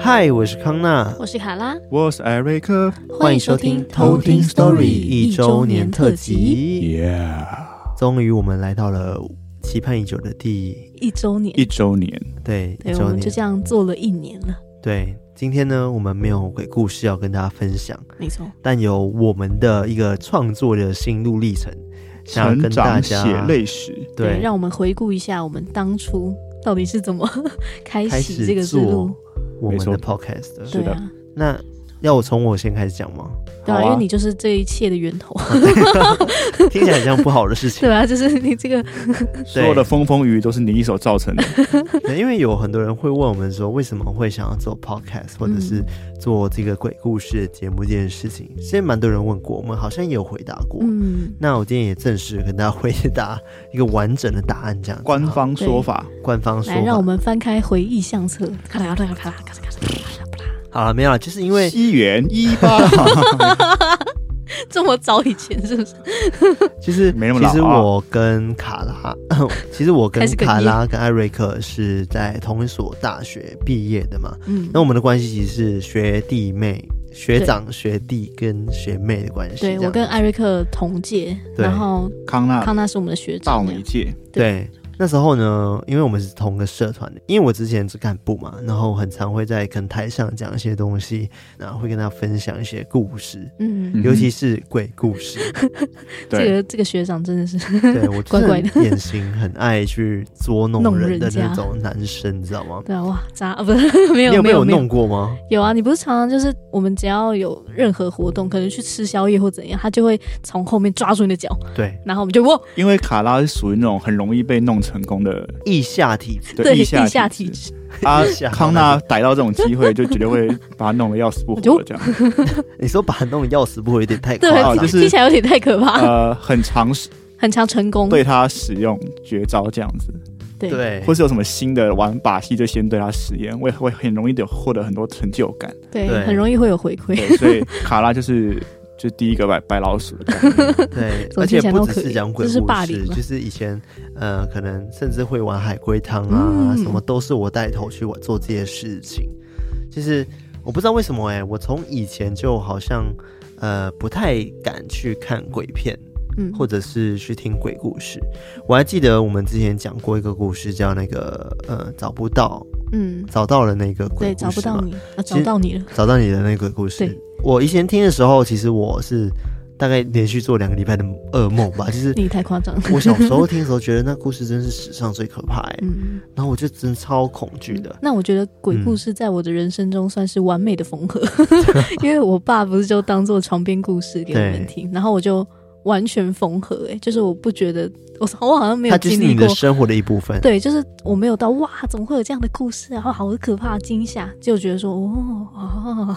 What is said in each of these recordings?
嗨，我是康纳，我是卡拉，我是艾瑞克。欢迎收听偷听 Story 一周年特。辑。 Yeah，终于，我们来到了期盼已久的第一周年，一周年，对一对，我周们就年。这样做了一年了，对，今天呢，我们没有鬼故事要跟大家分享，没错，但有我们的一个创作的心路历程，想要成跟大长家血泪史。对让我们回顾一下我们当初到底是怎么开开启这个始之路做。我们没的错 podcast 的。对是的啊，那要我从我先开始讲 吗？对啊，好啊因为你就是这一切的源头，听起来很像不好的事情对。啊，就是你这个所有的风风雨雨都是你一手造成的。对，因为有很多人会问我们说，为什么会想要做 podcast 或者嗯是做这个鬼故事的节目这件事情，其实蛮多人问过，我们好像也有回答过。嗯，那我今天也正式跟大家回答一个完整的答案，这样子官哈方说法，官方说来让我法。们翻开回忆相册，咔啦咔啦咔啦咔啦咔啦咔啦咔啦，好了，没有了，就是因为西元一八， 这么早以前是不是？其实没那么其老啊实我跟卡拉， 其实我跟开始哽咽卡拉跟艾瑞克是在同一所大学毕业的嘛。嗯那，我们的关系其实是学弟妹、学长、学弟跟学妹的关系。对这我样跟艾瑞克同届，对然后 康纳康纳是我们的学大我长，们一届，对，那时候呢，因为我们是同个社团的，因为我之前是干部嘛，然后很常会在跟台上讲一些东西，然后会跟他分享一些故事，嗯，嗯尤其是鬼故 事。这对，个这个学长真的是，对我怪怪真的的很典型很爱去捉弄 弄人的人家？那种男生，你知道吗对啊，哇，渣啊，不是没你有有没被我有没有弄过吗？有啊，你不是常常就是我们只要有任何活动，可能去吃宵夜或怎样，他就会从后面抓住你的脚，对，然后我们就哇，因为卡拉是属于那种很容易被弄成功的，腋下体质，对地腋下下体体质质，啊腋下，康纳逮到这种机会就绝对会把他弄得要死不活的这样。你说把他弄得要死不活有点太夸对，张啊了，听就是听起来有点太可怕，呃，很尝试很常成功，对他使用绝招这样子，对对或是有什么新的玩把戏，就先对他实验，会会很容易的获得很多成就感。对对很容易会有回馈，对，所以卡拉就是就第一个白白老鼠的概念，对，总而听且起来不都只可是以讲鬼这是故霸事，凌了就是以前呃，可能甚至会玩海龟汤啊，嗯什么都是我带头去做这些事情。就是我不知道为什么哎、我从以前就好像呃不太敢去看鬼片，嗯，或者是去听鬼故事。我还记得我们之前讲过一个故事，叫那个呃找不到嗯，找到了那个鬼对，故找不事到嘛，你，其啊，找实到你了，找到你的那个故事对。我以前听的时候，其实我是大概连续做两个礼拜的噩梦 吧，就是你太夸张了，我小时候听的时候，觉得那故事真是史上最可怕、欸，嗯。然后我就真超恐惧的。那我觉得鬼故事在我的人生中算是完美的缝合， 因为我爸不是就当做床边故事给我们听，然后我就完全缝合、欸，就是我不觉得我 我好像没有它就是经你历过的，生活的一部分。对，就是我没有到哇，怎么会有这样的故事啊，然后好可怕惊吓，就觉得说哦哦，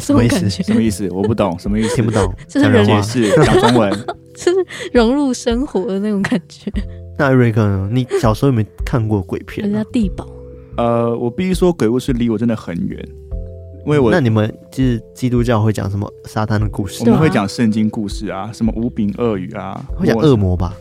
什么意这种感思？觉什么意思？我不懂什么意思，听不懂， 这是讲人人解话。释讲中文。就是融入生活的那种感觉，那瑞克呢？你小时候有没有看过鬼人片、家啊？地堡，呃，我必须说，鬼故事离我真的很远，因为我那你们就是基督教会讲什么撒旦的故事我对？们啊会讲圣经故事啊，什么五饼鳄鱼啊，会讲我恶魔吧？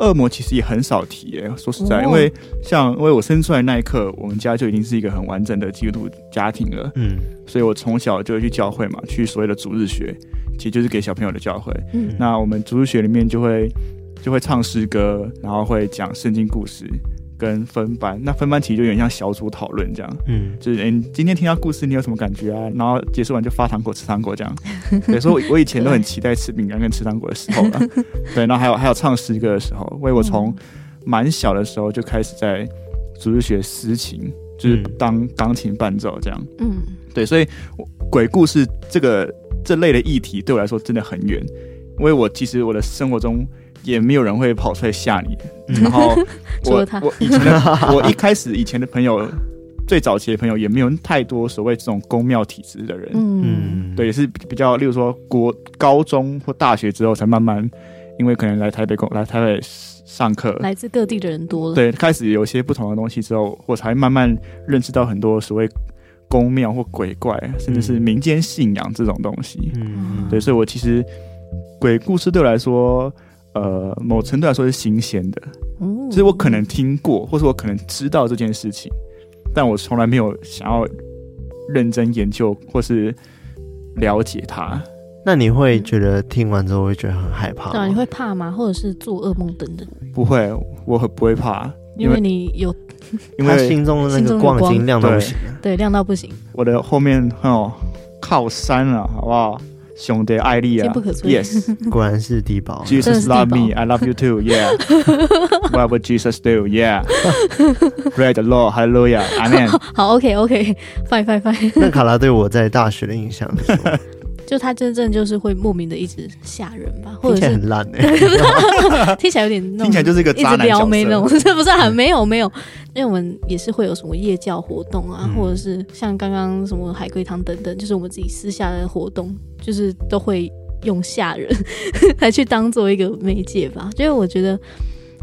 恶魔其实也很少提耶、说实在，哦因为像因为我生出来那一刻，我们家就已经是一个很完整的基督徒家庭了，嗯，所以我从小就会去教会嘛，去所谓的主日学，其实就是给小朋友的教会。嗯那我们主日学里面就会就会唱诗歌，然后会讲圣经故事跟分班。那分班其实就有点像小组讨论这样，嗯，就是诶你今天听到故事你有什么感觉啊？然后结束完就发糖果吃糖果这样。对，所以我我以前都很期待吃饼干跟吃糖果的时候了。对，然后还有还有唱诗歌的时候，因为我从蛮小的时候就开始在主日学私琴，就是嗯当钢琴伴奏这样。嗯，对，所以我鬼故事这个这类的议题对我来说真的很远，因为我其实我的生活中也没有人会跑出来吓你。嗯然后 除了我他我以前的我一开始以前的朋友，最早期的朋友也没有太多所谓这种宫庙体质的人，嗯嗯，对，也是比比较，例如说国高中或大学之后才慢慢。因为可能来台北工来台北上课，来自各地的人多了，对，开始有一些不同的东西之后，我才慢慢认识到很多所谓宫庙或鬼怪，甚至是民间信仰这种东西。嗯，对，所以我其实鬼故事对我来说，呃，某程度来说是新鲜的，哦，就是我可能听过，或是我可能知道这件事情，但我从来没有想要认真研究或是了解它。那你会觉得听完之后会觉得很害怕对啊，你吗？会怕吗？或者是做噩梦等等？不会，我很不会怕，因因为为你有因他为心中的那心中个的光已光经亮到不行了。对亮到不行，我的后面还有靠山啊，好不好？兄弟，艾丽坚啊不可摧 ，Yes，Jesus 果然是低保。啊真的是 love 地 me，I love you too，Yeah，What would Jesus do？Yeah，Praise the Lord，Hallelujah，Amen。好，OK OK，fine fine fine，那卡拉对我在大学的印象是什么，就他真正就是会莫名的一直吓人吧， 或听起者来是很烂 哎。 听起来有点那听起来种。就是一个一渣直男撩角妹那种色。， 嗯是不是很没有没有？因为我们也是会有什么夜教活动啊，嗯或者是像刚刚什么海龟汤等等，就是我们自己私下的活动，就是都会用吓人 来去当做一个媒介吧。因为我觉得，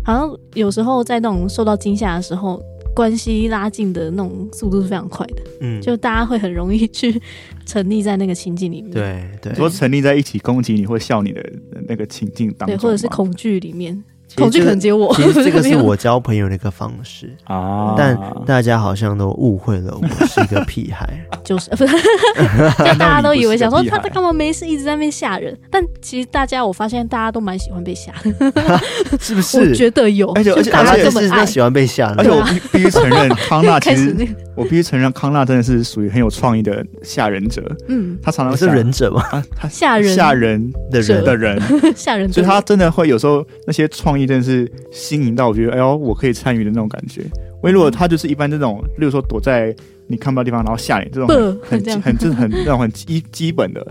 好像有时候在那种受到惊吓的时候，关系拉近的那种速度是非常快的，嗯，就大家会很容易去沉溺在那个情境里面。对对你，说成立在一起攻击你或笑你的那个情境当对，中吗，或者是恐惧里面，其实恐惧这可个能只有我。其实这个 没是有我交朋友的一个方式，啊，但大家好像都误会了我是一个屁孩。 就是不是，就大家都以为想说你不是他个屁孩他干嘛没事一直在那边吓人，但其实大家我发现大家都蛮喜欢被吓，是不是我？觉得有，而且就而且大而家且这么是爱啊那，喜欢被吓的而且，我必必须 承认，康纳其开始那实个我必须承认，康纳真的是属于很有创意的吓人者。嗯他常我常是想忍者嘛啊，他吓人吓人的是人的人，吓人，所以他真的会有时候那些创意真的是新颖到我觉得，哎呦，我可以参与的那种感觉。因为如果他就是一般这种，例如说躲在你看不到地方，然后吓你这种不很呃这样很很 这很那种很基基本的，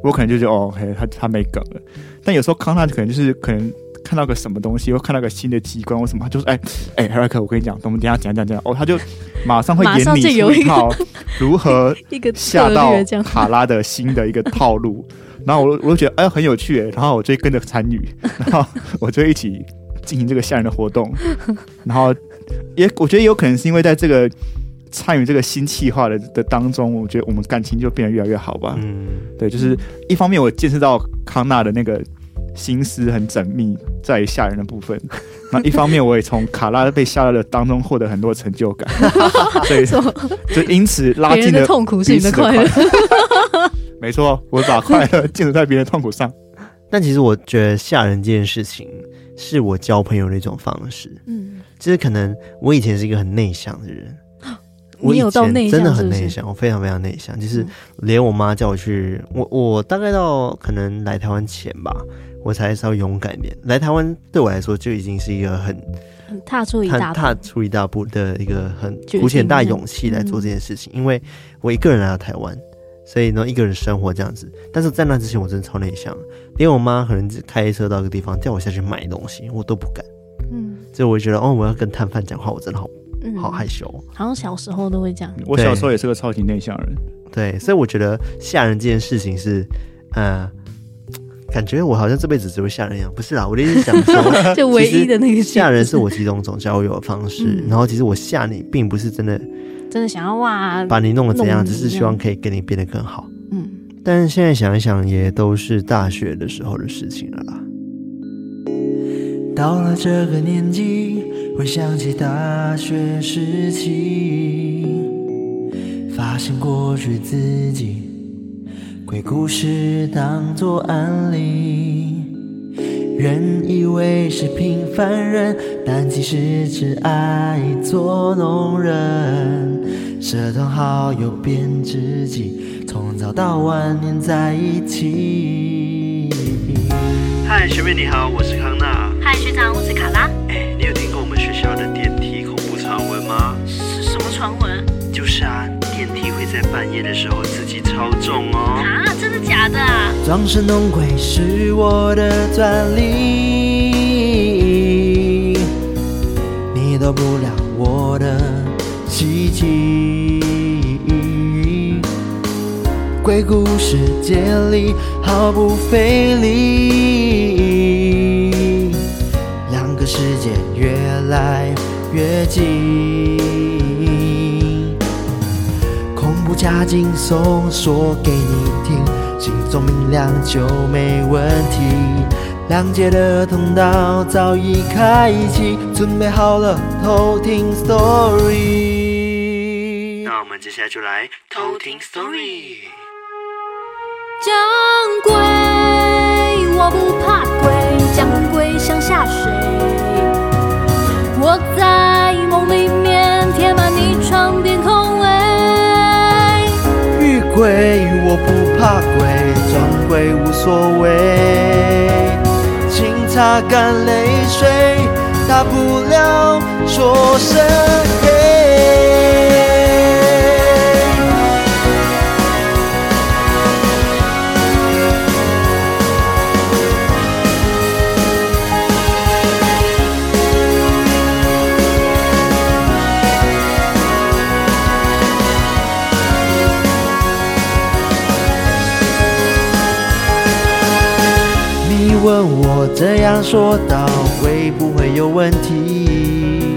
我可能就觉得哦，OK，他他没梗了。但有时候康纳可能就是可能看到个什么东西，或看到个新的机关或什么，他就是哎哎 h e r c 我跟你讲，我们等一下讲讲讲哦，他就马上会马演上你就有一出一个套如何一个策吓到略这样，卡拉的新的一个 套路，然后我我就觉得哎、很有趣耶，然后我就跟着参与， 然后我就一起进行这个吓人的 活动，然后也我觉得有可能是因为在这个参与这个新气化的的当中，我觉得我们感情就变得越来越好吧。嗯，对，就是一方面我见识到康纳的那个心思很缜密，在于吓人的 部分，那一方面我也从卡拉被吓到的当中获得很多成 就感，所以什么就因此拉别近人了的痛苦是你的快乐彼，此的快乐 没错，我把快乐建筑在别人的痛苦上。但其实我觉得吓人这件事情是我交朋友的一种方式。嗯，就是可能我以前是一个很内向的人，我 你以有到内前向真的是很不内是？向，我非常非常内向，就是嗯连我妈叫我去，我我大概到可能来台湾前吧，我才稍微勇敢一点。来台湾对我来说就已经是一个很很嗯踏出一踏大踏步，出一大步的一个很决嗯鼓起很定大这样勇气来做这件事情，因为我一个人来到台湾，所以呢一个人生活这样子。但是在那之前，我真的超内向，连我妈可能开车到一个地方叫我下去买东西，我都不敢。嗯所以我就觉得，哦，我要跟摊贩讲话，我真的好嗯，好害羞。好像小时候都会这样，，我小时候也是个超级内向人，对，所以我觉得吓人这件事情是，呃，感觉我好像这辈子只会吓人一样。不是啦，我的意思是想说 就唯一的那个呃吓人是我其中一种交友的方式。嗯然后其实我吓你，并不是真的真的想要哇，啊把你弄得怎弄样，你只是希望可以跟你变得更好。嗯，但是现在想一想，也都是大学的时候的事情了啦。到了这个年纪，回想起大学时期，发现过去自己鬼故事当作案例。原以为是平凡人，但其实只爱捉弄人。社团好友变知己，从早到晚黏在一起。嗨，学妹你好，我是康娜。嗨，学长，我是卡拉。哎，你有听过我们学校的电梯恐怖传闻吗？是什么传闻就是啊，电梯会在半夜的时候自己超重哦。啊？真的假的啊？装神弄鬼是我的专利，你躲不了我的袭击。鬼故事接力毫不费力，的世界越来越近。恐怖加惊悚说给你听，心中明亮就没问题。谅解的通道早已开启，准备好了偷听 story。那我们接下来就来偷听 story。讲鬼，我不怕鬼，讲鬼像下水。我在梦里面贴满你床边空位，遇鬼我不怕鬼，撞鬼无所谓。请擦干泪水，大不了说声嘿。你问我这样说到会不会有问题？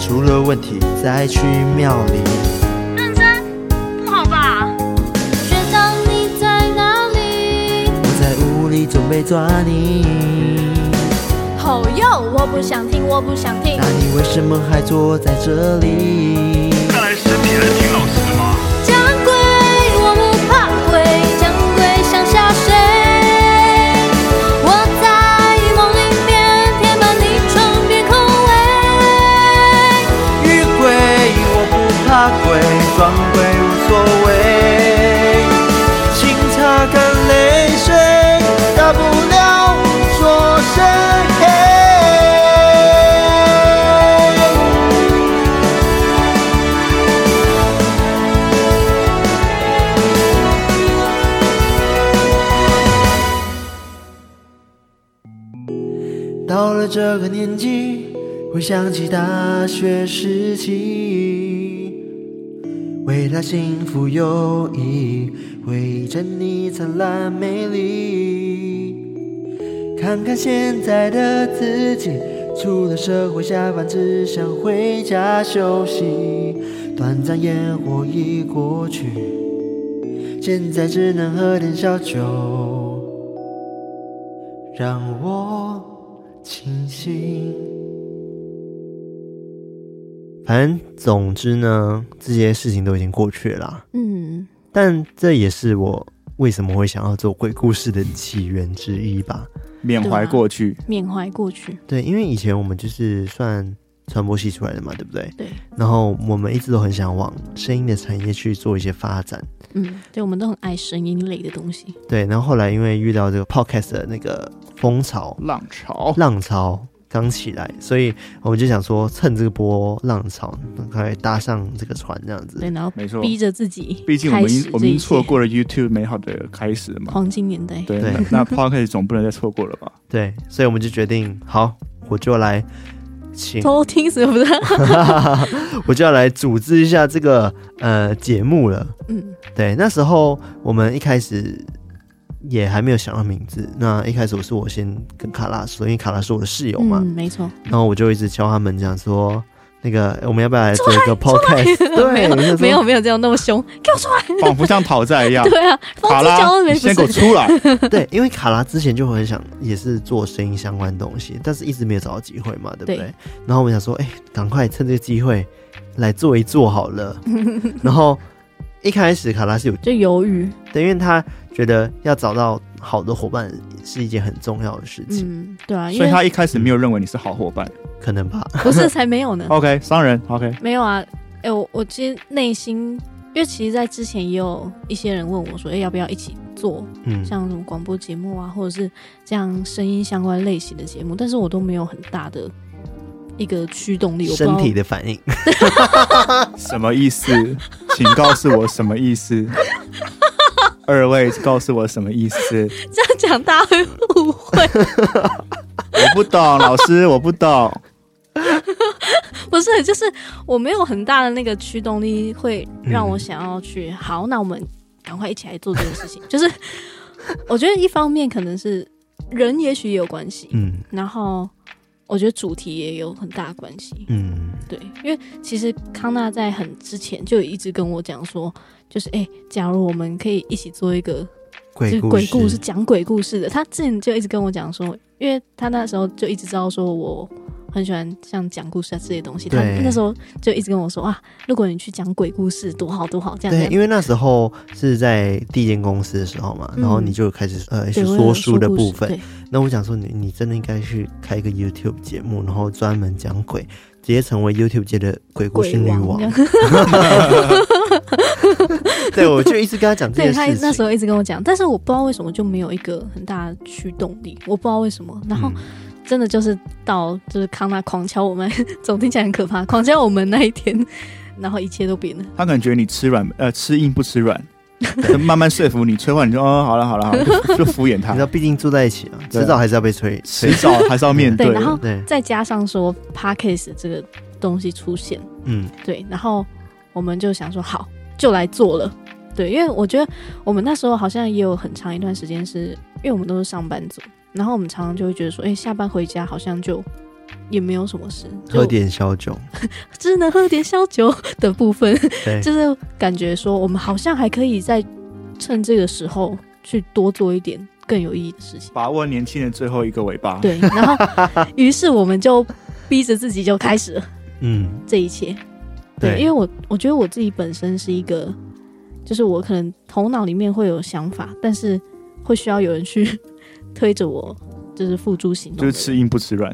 出了问题再去庙里。认真？不好吧？学长你在哪里？我在屋里准备抓你，吼哟，我不想听，我不想听那。你为什么还坐在这里？讲鬼我不怕鬼，讲鬼像下水。我在梦里面贴满你床边空位。遇鬼我不怕鬼，撞鬼无所谓。请擦干泪水，大不了说声嘿。到了这个年纪，回想起大学时期。为了幸福有意义，回忆着你灿烂美丽。看看现在的自己，出了社会下班只想回家休息。短暂烟火已过去，现在只能喝点小酒，让我清醒。反正总之呢，这些事情都已经过去了啦。嗯，但这也是我为什么会想要做鬼故事的起源之一吧。缅怀过去，缅怀过去，对，因为以前我们就是算传播系出来的嘛，对不对？对，然后我们一直都很想往声音的产业去做一些发展。嗯，对，我们都很爱声音类的东西，对，然后后来因为遇到这个 podcast 的那个风潮浪潮，浪潮刚起来，所以我们就想说趁这个波浪潮，赶快搭上这个船这样子。对，然后没错。逼着自己，毕竟我们已我们已经错了过了 YouTube 美好的开始嘛。黄金年 代，对，对那那 Podcast 总不能再错过了吧？对，所以我们就决定，好，我就来请偷听什么的， 我就要来组织一下这个呃节目了。嗯，对，那时候我们一开始也还没有想到名字。那一开始我是我先跟卡拉说，因为卡拉是我的室友嘛，嗯，没错，然后我就一直教他们讲说，那个我们要不要来做一个 podcast？对，没我就说有 没有没有这样那么凶，给我出来，仿佛像讨债一样。 对啊，通卡知交拉，了没？你不先给我是，出来！ 对，因为卡拉之前就很想也是做声音相关的东西，但是一直没有找到机会嘛，对不对？对然后我们想说，哎、赶快趁这个机会来做一做好了。然后一开始卡拉是有就犹豫，对，因为他觉得要找到好的伙伴是一件很重要的事情，嗯，对啊，因所以为他一开始没有认为你是好伙伴。可能吧。 不是才没有呢，哦 OK，商人。OK，没有啊，哎、我我其实内心，因为其实，在之前也有一些人问我说，哎、要不要一起做嗯，像什么广播节目啊，或者是这样声音相关类型的节目，但是我都没有很大的一个驱动力，我不嗯知身道体的反应，什么意思？请告诉我什么意思？二位告诉我什么意思？ 这样讲大家会误会，我不懂，老师，我不懂。不是，就是我没有很大的那个驱动力，会让嗯我想要去。好，那我们赶快一起来做这件事情。就是 我觉得一方面可能是人，也许也有关系，嗯，然后我觉得主题也有很大关系。嗯，对，因为其实康纳在很之前就一直跟我讲说，就是哎、诶假如我们可以一起做一个就鬼是故鬼事，故事，讲鬼故事的。他之前就一直跟我讲说，因为他那时候就一直知道说我很喜欢像讲故事啊这些东西。他对那时候就一直跟我说啊，如果你去讲鬼故事，多好多好这样这对，样。因为那时候是在第一间公司的时候嘛，嗯然后你就开始呃对是我有说书的故部事分对。那我想说你，你真的应该去开一个 YouTube 节目，然后专门讲鬼，直接成为 YouTube 界的鬼故事鬼女王王这。样， 对，我就一直跟他讲这对件他事情。嗯那时候一直跟我讲，但是我不知道为什么就没有一个很大的驱动力，我不知道为什么。然后嗯真的就是到就是康纳狂敲我们， 总听起来很可怕，狂敲我们那一天，然后一切都变了。他感觉你吃软呃吃硬不吃软，就慢慢说服你，催化你就哦好了好了好了，就就敷衍你他知，道，毕竟住在一起啊，对啊迟早还是要被催。迟早还是要面对，对然后的。对，再加上说 p a d k a s 这个东西出现，嗯，对，然后我们就想说好，就来做了。对，因为我觉得我们那时候好像也有很长一段时间是，因为我们都是上班族，然后我们常常就会觉得说，哎、下班回家好像就也没有什么事，就喝点小酒，只能喝点小 酒的部分，对，就是感觉说我们好像还可以在趁这个时候去多做一点更有意义的事情。把握年轻人最后一个尾巴，对，然后 于是我们就逼着自己就开始了。嗯，这一切。对，因为我我觉得我自己本身是一个，就是我可能头脑里面会有想法，但是会需要有人去推着我，就是付诸行动的就人。是吃硬不吃软，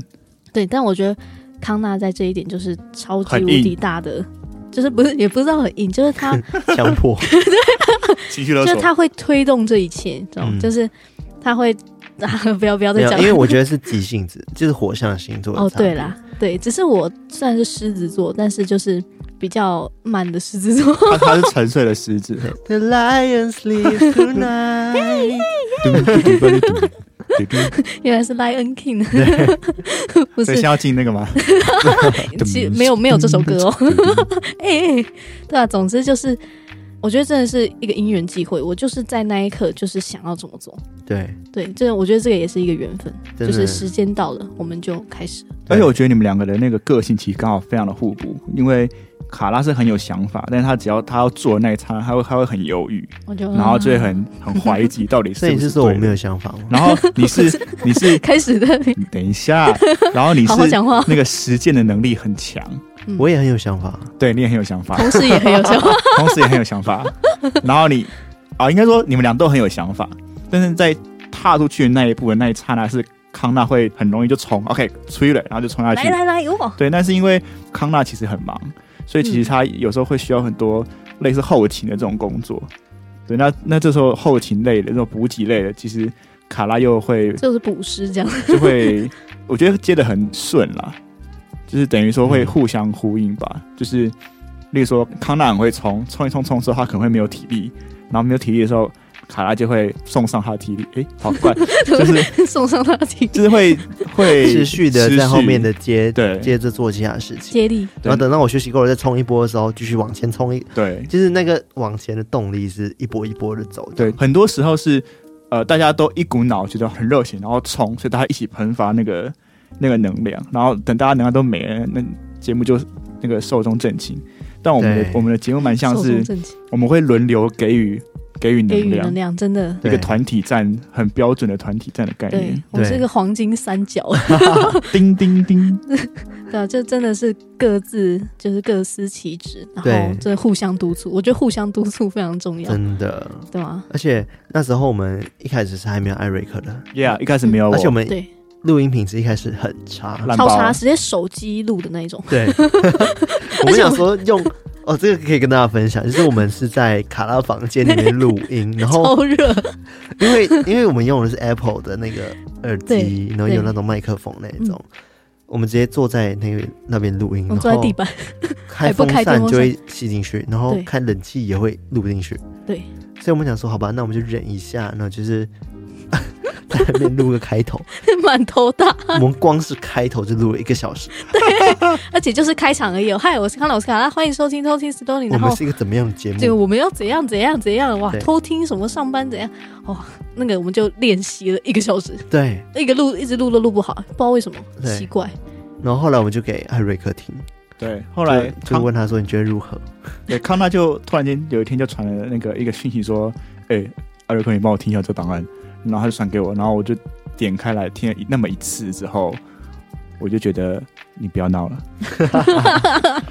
对，但我觉得康纳在这一点就是超级很无硬敌大的，就是不是也不知道很硬，就是他强 迫，情绪勒就是索。他会推动这一切，你知道吗？嗯就是他会啊，不要不要再没有讲了， 因为我觉得是急性子， 就是火象星座的哦，差别对啦，对，只是我虽然是狮子座，但是就是比较慢的狮子座。 他他是沉睡的狮子， The lion sleeps tonight 嘟嘟嘟嘟嘟嘟嘟嘟原来是 Lion King，不 所是以，先要进那个吗？其实没有没有这首歌哦。哎、哎对啊，总之就是，我觉得真的是一个因缘际会，我就是在那一刻就是想要怎么做。对，对，这个我觉得这个也是一个缘分，真就的是时间到了，我们就开始。而且我觉得你们两个的那个个性其实刚好非常的互补，因为卡拉是很有想法，但是他只要他要做的那一刹那，他会他会很犹豫，我就然后就会很很怀疑自己到底所以是你不是是说我没有。有想法吗？然后你 是你是 开始的，你等 一下，然后你是好好 讲话那个实践的能力很强，嗯我也很有想法，啊对你也很有想法，同事也很有效。 同时也很有 想法。然后你啊，应该说你们俩都很有想法，但是在踏出去的那一步的那一刹那，是康纳会很容易就冲，OK，出去了，然后就冲下去来。来来，我对，那是因为康纳其实很忙，所以其实嗯他有时候会需要很多类似后勤的这种工作。对，那那这时候后勤类的这种补给类的，其实卡拉又会就是捕食 这样。就会，我觉得接的很顺啦，就是等于说嗯会互相呼应吧。就是例如说康纳很会冲，冲一冲冲的时候，他可能会没有体力，然后没有体力的时候，卡拉就会送上他的体力。诶，好 怪，就是送上他的体就是会会持续的持在后面的接对接着做其他事情，接力，然后等到我休息够了再冲一波的时候，继续往前冲一，对就是那个往前的动力是一波一波的走，对，，很多时候是呃，大家都一股脑觉得很热血，然后冲，所以大家一起喷发那个那个能量，然后等大家能量都没了，那节目就那个寿终正寝。但我们的对我们的节目蛮像受是众正气嗯我们会轮流给予给予能给予量能，量，真的。一对个团体战，很标准的团体战的概对念。我们是对一个黄金三角。 叮叮叮，对啊，就真的是各自就是各司其职，然后对这互相督促，我觉得互相督促非常重要，真的。对吗？而且那时候我们一开始是还没有艾瑞克的， ，Yeah，一开始没啊有我，而且我们对，录音品质一开始很差，烂超爆差，了，直接手机录的那一种，对， 我们想说用哦，这个可以跟大家分享，就是我们是在卡拉房间里面录音，然后 超热，因为因为我们用的是 Apple 的那个耳对嗯机，然后有那种麦克风那一种，我们直接坐在那个那边录音，我然坐在后地板， 开哎不风开电扇风就会吸进去，然后对开冷气也会录进去，对，所以我们想说好吧，那我们就忍一下，然后就是 在那边录个开 头，满头大，我们光是开头就录了一个小时，而且就是开场而已哦。嗨，我是康老师卡拉，欢迎收听偷听 Story，我然们后是一个怎么样的节这个目？我们要怎样怎样怎样哇，嗯对偷听什么上班怎样哦哇、那个我们就练习了一个小时， 对一个录一直录都录不好，不知道为什么，对奇怪，然后后来我们就给艾瑞克听，对，后来就就康问他说你觉得如何？对康纳就突然间有一天就传了那个一个讯息说，哎、艾瑞克，你帮我听一下这档案，然后他就传给我，然后我就点开来听了一那么一次之后，我就觉得你不要闹 了，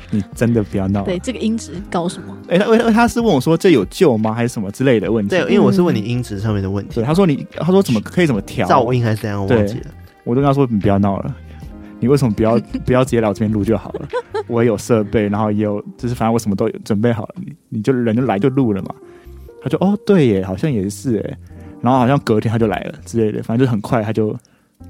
你真的不要闹了对，。这个音质搞什么？哎、他因为他是问我说这有救吗，还是什么之类的问题对，。嗯因为我是问你音质上面的问题对，，他说你，他说怎么可以怎么调噪音还是怎样，我忘记了。我都跟他说你不要闹了，你为什么不要 不要直接来我这边录就好 了？我也有设备，然后也有，就是反正我什么都有准备好了，你你就人就来就录了嘛。他就哦对耶，好像也是耶，然后好像隔天他就来了之类的，反正就很快他就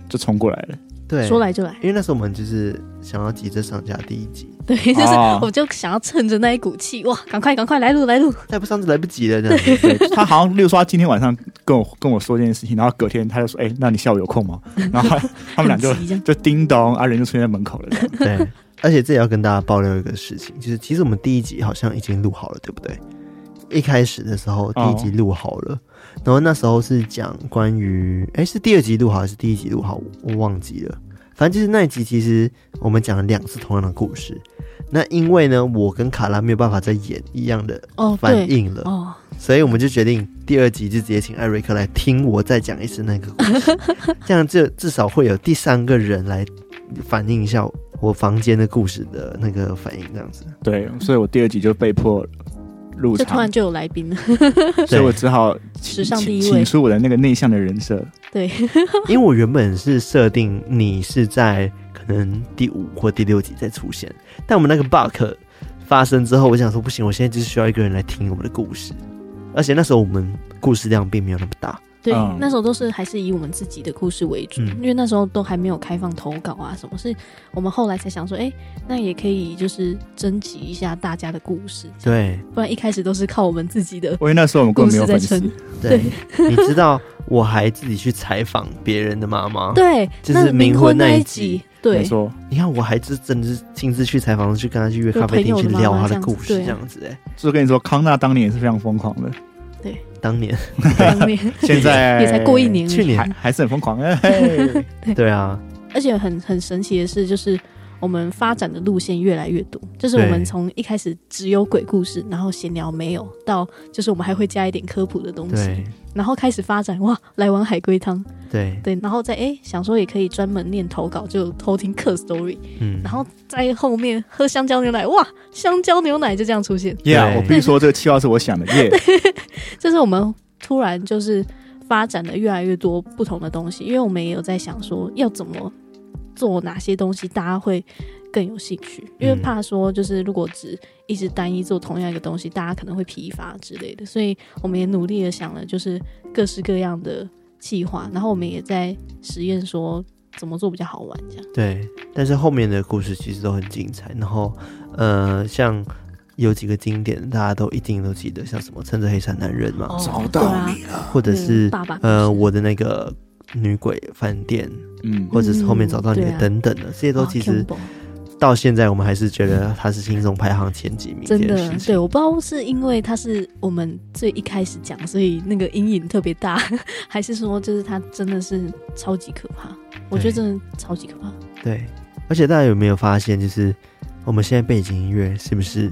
就冲过来 了。对，说来就来， 因为那时候我们就是想要急着上架第一集，对，就是哦我就想要趁着那一股气，哇，赶快赶快来录来录，哎再不上就来不及了。这样子，对他好像，例如说他今天晚上跟我跟我说这件事情，然后隔天他就说，哎、那你下午有空吗？然后他他们俩就 很急这样就叮咚，啊人就出现在门口了。这样对。而且这也要跟大家爆料一个事情，就是其实我们第一集好像已经录好了，对不对？一开始的时候，第一集录好了，然后那时候是讲关于，哎，是第二集录好还是第一集录好？我忘记了。反正就是那一集，其实我们讲了两次同样的故事。那因为呢，我跟卡拉没有办法再演一样的哦，反对，应了，哦，所以我们就决定第二集就直接请艾瑞克来听我再讲一次那个故事，这样就至少会有第三个人来反映一下我房间的故事的那个反应，这样子。对，所以我第二集就被迫入就突场然，就有来宾了， 所以我只好史上第请一位请，出我的那个内向的人设。对， 因为我原本是设定你是在可能第五或第六集再出现，但我们那个 bug 发生之后，我想说不行，我现在就是需要一个人来听我们的故事，而且那时候我们故事量并没有那么大，对，嗯那时候都是还是以我们自己的故事为主，嗯因为那时候都还没有开放投稿啊什么，是我们后来才想说，哎、那也可以就是征集一下大家的故事，对，不然一开始都是靠我们自己的哦因为那时候我们根故本没事有在粉丝撑。。对， 你知道，我还自己去采访别人的妈妈。，对，就是那冥冥婚婚那一集一集，没对， 错，你看，我还是真的是亲自去采访，去跟她去约咖啡厅去聊她的故事，这样子哎、就是跟你说，康纳当年也是非常疯狂 的，当年，当年现在也才过一，年，去还年，还是很疯 狂。哎嘿对啊，而且很很神奇的是，就是我们发展的路线越来越多，就是我对们从一开始只有鬼故事，然后闲聊没有，到就是我们还会加一点科普的东西对，然后开始发展哇，来玩海龟汤，对，对，然后再哎想说也可以专门念投稿，就偷听客 story，嗯，然后在后面喝香蕉牛奶，哇，香蕉牛奶就这样出现， Yeah，对我必须说这个计划是我 想的。耶，就是我们突然就是发展的越来越多不同的东西，因为我们也有在想说要怎么做哪些东西大家会更有兴趣，嗯因为怕说就是如果只一直单一做同样一个东西，大家可能会疲乏之类的，所以我们也努力的想了就是各式各样的计划，然后我们也在实验说怎么做比较好玩这样。对，但是后面的故事其实都很精彩。然后，呃，像有几个经典，大家都一定都记得，像什么《趁着黑衫男人》嘛，找到你了，或者哦是嗯爸爸故事呃我的那个女鬼饭店，嗯，或者是后面找到你嗯的对啊等等的，这些都哦其实 Kimbo 到现在我们还是觉得它是心中排行前几名这真件的事，情。对，我不知道是因为他是我们最一开始讲，所以那个阴影特别大，还是说就是他真的是超级可怕？我觉得真的超级可怕。对，而且大家有没有发现，就是我们现在背景音乐是不是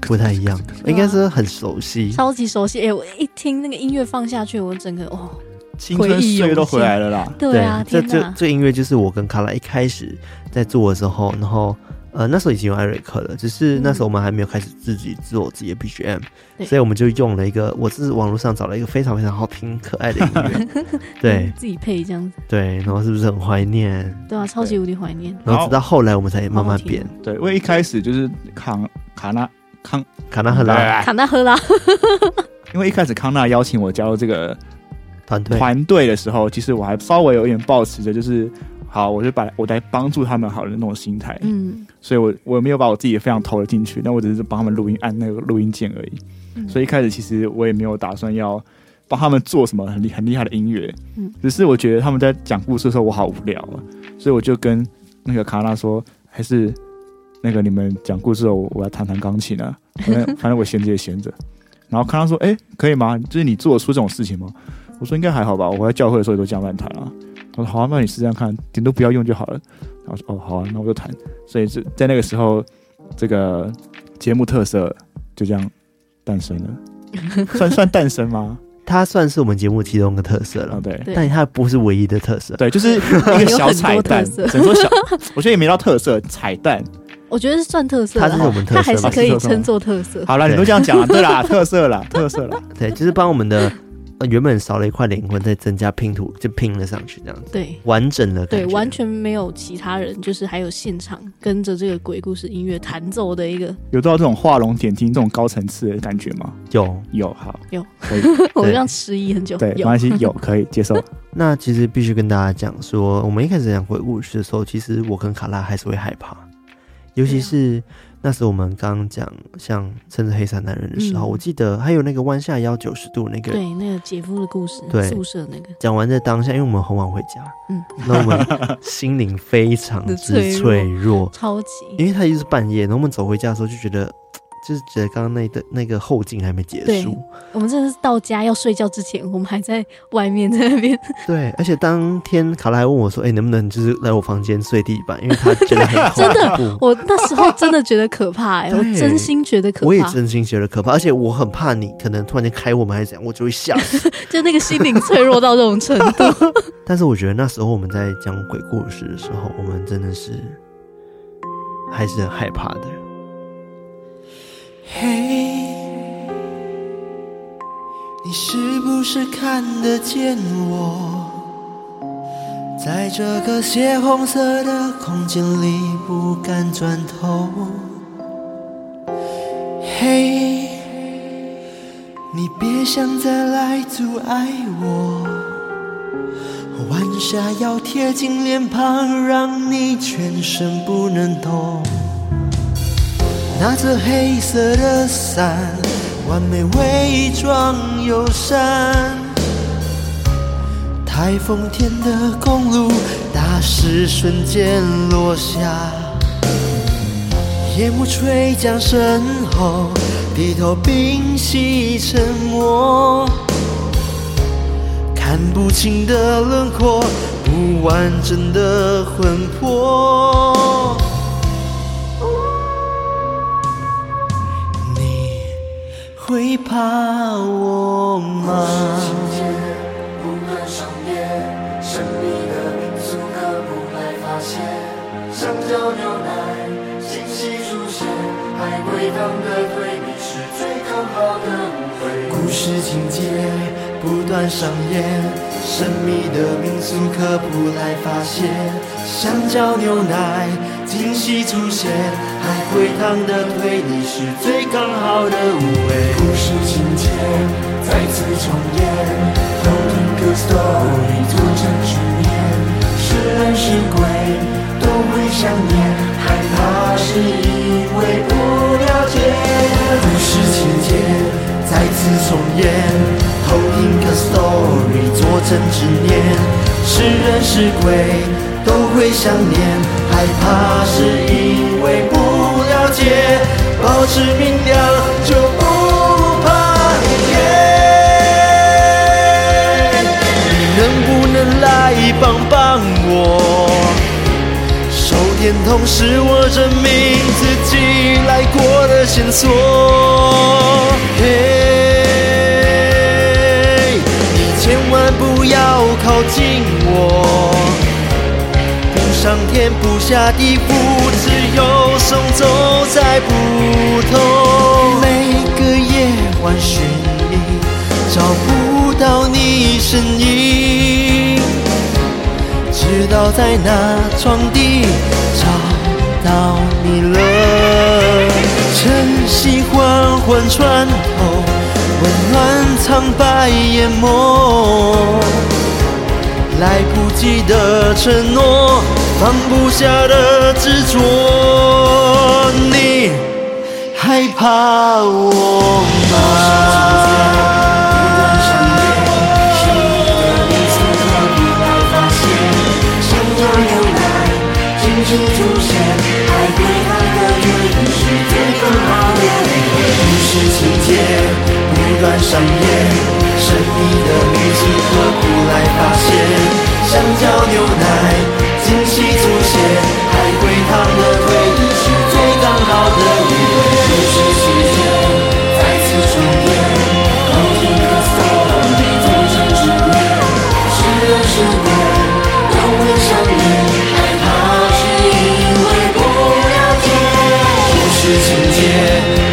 不太一样？应该是很熟悉。超级熟悉，哎、我一听那个音乐放下去，我整个哦，青春岁月都回来了啦。对啊，这天这哪，这音乐就是我跟卡拉一开始在做的时候，然后呃那时候已经有艾瑞克了，只是那时候我们还没有开始自己做自己的 BGM，、嗯对所以我们就用了一个，我是网络上找了一个非常非常好听可爱的音乐， 对嗯自己配这样子，对，然后是不是很怀念？对啊，超级无敌怀念。然后直到后来我们才慢慢变，对，因为一开始就是康卡纳康，卡纳赫拉卡纳赫拉，因为一开始康纳邀请我加入这个团队，团队的时候，其实我还稍微有点抱持着就是，好，我就把我来帮助他们好的那种心态。嗯，所以我我没有把我自己非常投了进去，但我只是帮他们录音按那个录音键而已。嗯所以一开始其实我也没有打算要帮他们做什么很厉很厉害的音乐，嗯只是我觉得他们在讲故事的时候我好无聊啊，所以我就跟那个卡纳说，还是那个你们讲故事的时候我我要弹弹钢琴 啊，反正反正我闲着也闲着。然后康纳说，哎、可以吗？就是你做得出这种事情吗？我说应该还好吧，我在教会的时候也都这样乱弹啊。我说好啊，那你试这样看，顶多不要用就好了。然后我说哦好啊，那我就弹。所以就在那个时候，这个节目特色就这样诞生了，算算诞生吗？它算是我们节目其中一个特色啊了，对对但它不是唯一的特色。对，就是 一个小彩蛋，有很多特色只能说小，我觉得也没到特色彩蛋。我觉得是算特色它啦，是我们特色哦它还是吧可以称作特色。好啦，对你都这样讲了，啊对啦， 特色啦，特色啦。对，就是帮我们的、呃、原本少了一块灵魂，再增加拼图，就拼了上去，这样子对完整的感对，觉。完全没有其他人，就是还有现场跟着这个鬼故事音乐弹奏的一个，有到这种画龙点睛、这种高层次的感觉吗？有。有，好，有可以，我这样迟疑很久。对，没有关系，有可以 接受。那其实必须跟大家讲说，我们一开始讲鬼故事的时候，其实我跟卡拉还是会害怕，尤其是啊那时候我们刚讲像甚至黑山男人的时候，嗯我记得还有那个弯下腰九十度那个。对那个姐夫的故事对，宿舍那个，讲完在当下，因为我们很晚回家，嗯，那我们心灵非常之脆 脆弱，弱超级因为它就是半夜，然后我们走回家的时候就觉得，就是觉得刚刚那的那个后劲还没结对束，我们真的是到家要睡觉之前，我们还在外面在那边，对，而且当天卡拉还问我说：“哎、能不能就是来我房间睡地板？”因为他觉得 很真的恐怖。我那时候真的觉得可怕、哎，对我真心觉得可我也怕，真心觉得可怕，而且我很怕你可能突然间开我们还是怎样，我就会吓 死。就那个心灵脆弱到这种程度。 但是我觉得那时候我们在讲鬼故事的时候，我们真的是还是很害怕的。哎嘿，你是不是看得见我？在这个血红色的空间里，不敢转头。嘿，你别想再来阻碍我。弯下腰贴近脸庞，让你全身不能动。拿着黑色的伞，完美伪装友善。台风天的公路，大石瞬间落下。夜幕吹将身后，低头屏息沉默。看不清的轮廓，不完整的魂魄。你会怕我吗？故事情节不断上演，神秘的民俗科普来发现，香蕉牛奶惊喜出现，海龟汤的推理是最刚好的舞味。故事情节再次重演，Holding Good Story 做成去念，是人是鬼都会想念，害怕是因为不了解。故事情节再次重演，同一个 story 作成执念，是人是鬼都会想念，害怕是因为不了解，保持明亮就不怕黑夜。你能不能来帮帮我？手电筒是我证明自己来过的线索。嘿，你千万不要靠近我，不上天不下地不，只有送走才不痛。每个夜晚寻觅，找不到你身影。直到在那床底找到你了。晨曦缓缓穿透，温暖苍白眼眸。来不及的承诺，放不下的执着，你害怕我吗？不段上演，神秘的旅行何苦来发现？香蕉牛奶惊喜出现，海龟汤的回忆是最刚好的夜。故事时间再次重演，好听的 solo 你做成主演，十年十年都会想念，害怕是因为不了解。故事情节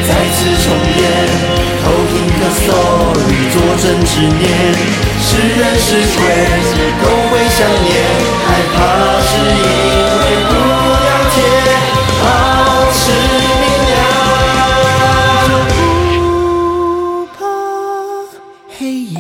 再次重演，偷听的 sorry 作证执念，是人是鬼都会想念，害怕是因为不了解，好是明了，不怕黑夜。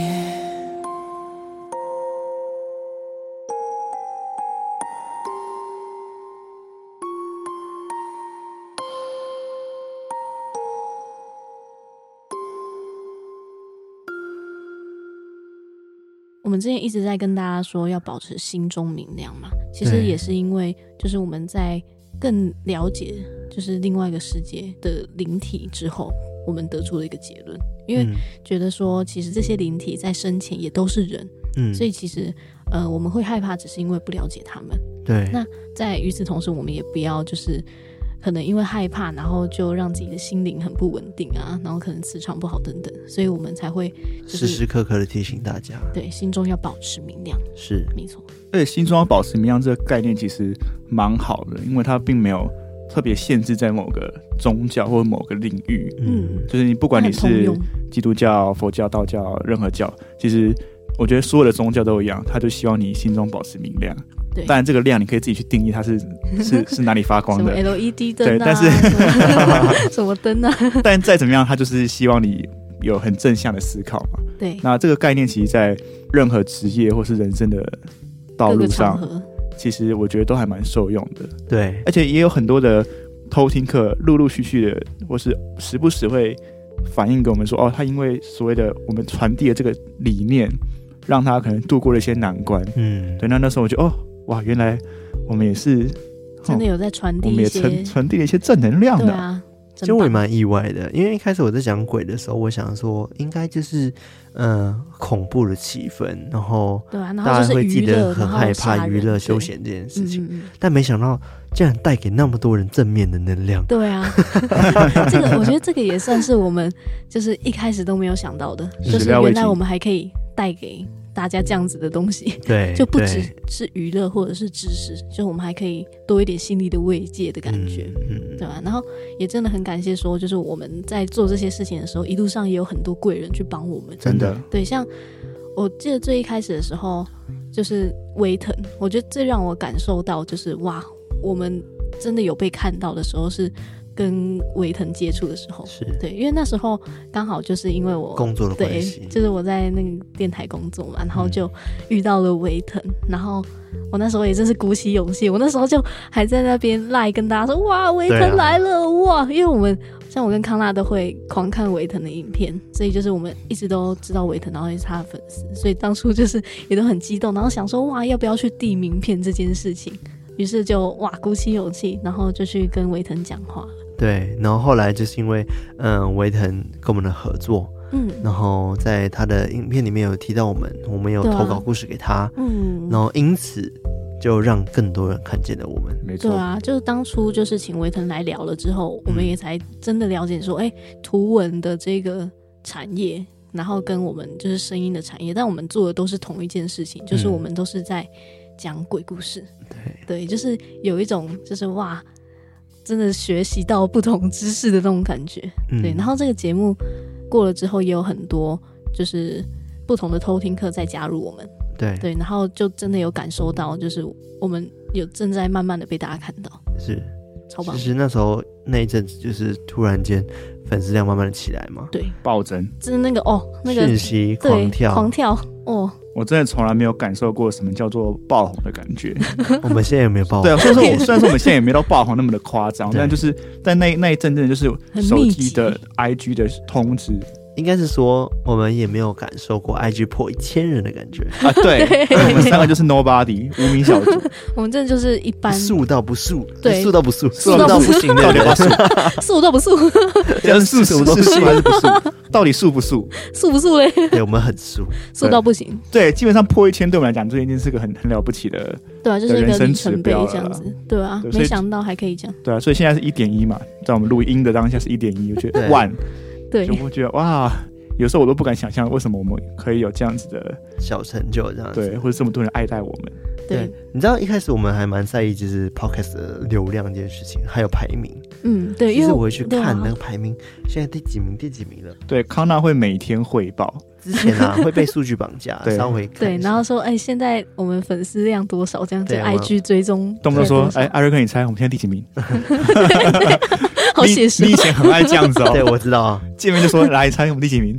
我们之前一直在跟大家说要保持心中明亮嘛，其实对也是因为就是我们在更了解就是另外一个世界的灵体之后，我们得出了一个结论，因为嗯觉得说其实这些灵体在生前也都是人，嗯，所以其实呃我们会害怕，只是因为不了解他们。对，那在与此同时，我们也不要就是可能因为害怕，然后就让自己的心灵很不稳定啊，然后可能磁场不好等等，所以我们才会就是时时刻刻的提醒大家，对心中要保持明亮，是没错，而且新装保持明亮这个概念其实蛮好的，因为它并没有特别限制在某个宗教或某个领域，嗯就是你不管你它很通是用，基督教、佛教、道教任何教，其实我觉得所有的宗教都一样，他就希望你心中保持明亮。对当然这个亮你可以自己去定义 它是是是哪里发光什么 的， LED 灯对啊，但是什么 什么灯 啊，但再怎么样，他就是希望你有很正向的思考嘛。对，那这个概念其实，在任何职业或是人生的道各路个场上，合，其实我觉得都还蛮受用的。对，而且也有很多的偷听客陆陆续续的，或是时不时会反映给我们说，哦，他因为所谓的我们传递的这个理念，让他可能度过了一些难关。嗯，对，那那时候我就哦，哇，原来我们也是，真的哦有在传我递们一也些，传传递了一些正能量对的。啊，其真实我也棒，蛮意外的，因为一开始我在讲鬼的时候，我想说应该就是呃恐怖的气氛，然后对啊，然大后家就是会记娱得乐，很然后害吓怕娱人乐对休闲这件事嗯情，嗯嗯但没想到竟然带给那么多人正面的能量。对啊， 这个我觉得这个也算是我们就是一开始都没有想到的，就始是料未原来及我们还可以带给大家这样子的东西，对，就不对只是娱乐或者是知识，就我们还可以多一点心理的慰藉的感觉。嗯，嗯对吧？然后也真的很感谢说，就是我们在做这些事情的时候，一路上也有很多贵人去帮我们。真的，对，像我记得最一开始的时候，就是威腾，我觉得最让我感受到就是哇，我们真的有被看到的时候是跟威腾接触的时候，是对，因为那时候刚好就是因为我工作的关对系，，嗯就是我在那个电台工作嘛，然后就遇到了维腾，然后我那时候也真是鼓起勇气，我那时候就还在那边赖跟大家说哇，维对啊腾来了、哇，因为我们像我跟康纳都会狂看维腾的影片，所以就是我们一直都知道维腾，然后也是他的粉丝，所以当初就是也都很激动，然后想说哇，要不要去递名片这件事情，于是就哇鼓起勇气，然后就去跟维腾讲话，对。然后后来就是因为嗯，维腾跟我们的合作，嗯然后在他的影片里面有提到我们，我们有对啊投稿故事给他，嗯，然后因此就让更多人看见了我们。没错对，啊，就是当初就是请维腾来聊了之后，我们也才真的了解说，哎、图文的这个产业，然后跟我们就是声音的产业，但我们做的都是同一件事情，就是嗯我们都是在讲鬼故事。对，对，就是有一种就是哇，真的学习到不同知识的那种感觉。嗯对，然后这个节目过了之后，也有很多就是不同的偷听课再加入我们。对对，然后就真的有感受到，就是我们有正在慢慢的被大家看到。是，超棒其，实那时候那一阵子就是突然间粉丝量慢慢的起来嘛，对，暴增。就是那个哦，那个讯息对狂跳，狂跳哦，我真的从来没有感受过什么叫做爆红的感觉。 我们现在有没有爆？对，啊，虽然说我虽然说我们现在也没到爆红那么的夸张，对但就是但那那一阵真的就是很手密机集的 IG 的通知应该是说我们也没有感受过 IG 破一千人的感觉，啊，对，因为我们三个就是 nobody 无名小卒，我们真的就是一 般素到不素，对素到不素，素到不不行的到底要不要人， 素？素都不素，这样是素是素还是不素？到底素不素？素不素嘞？对我们很熟，素到不行，对，基本上破一千对我们来讲，这已经是个很很了不起的，对啊，就是一人个生里指程碑标这样了子，对啊，对所以没想到还可以这样，对啊。所以现在是一点一嘛，在我们录音的当下是一点一，我觉得对万，对就，会觉得哇，有时候我都不敢想象为什么我们可以有这样子的，小成就这样子。对，或者这么多人爱戴我们，对，，你知道一开始我们还蛮在意就是 podcast 的流量这件事情，还有排名。嗯，对，其因实为我会去对啊看那个排名，现在第几名，第几名了。对。康纳会每天汇报，之前啊会被数据绑架，对稍微看 对，一下然后说，哎，现在我们粉丝量多少？这样就对啊我 IG 追踪，动不动说，哎，哎，艾瑞克，你猜我们现在第几名？好你写实你以，前很爱这样子对，哦，我知道啊。见面就说来，你猜我们第几名？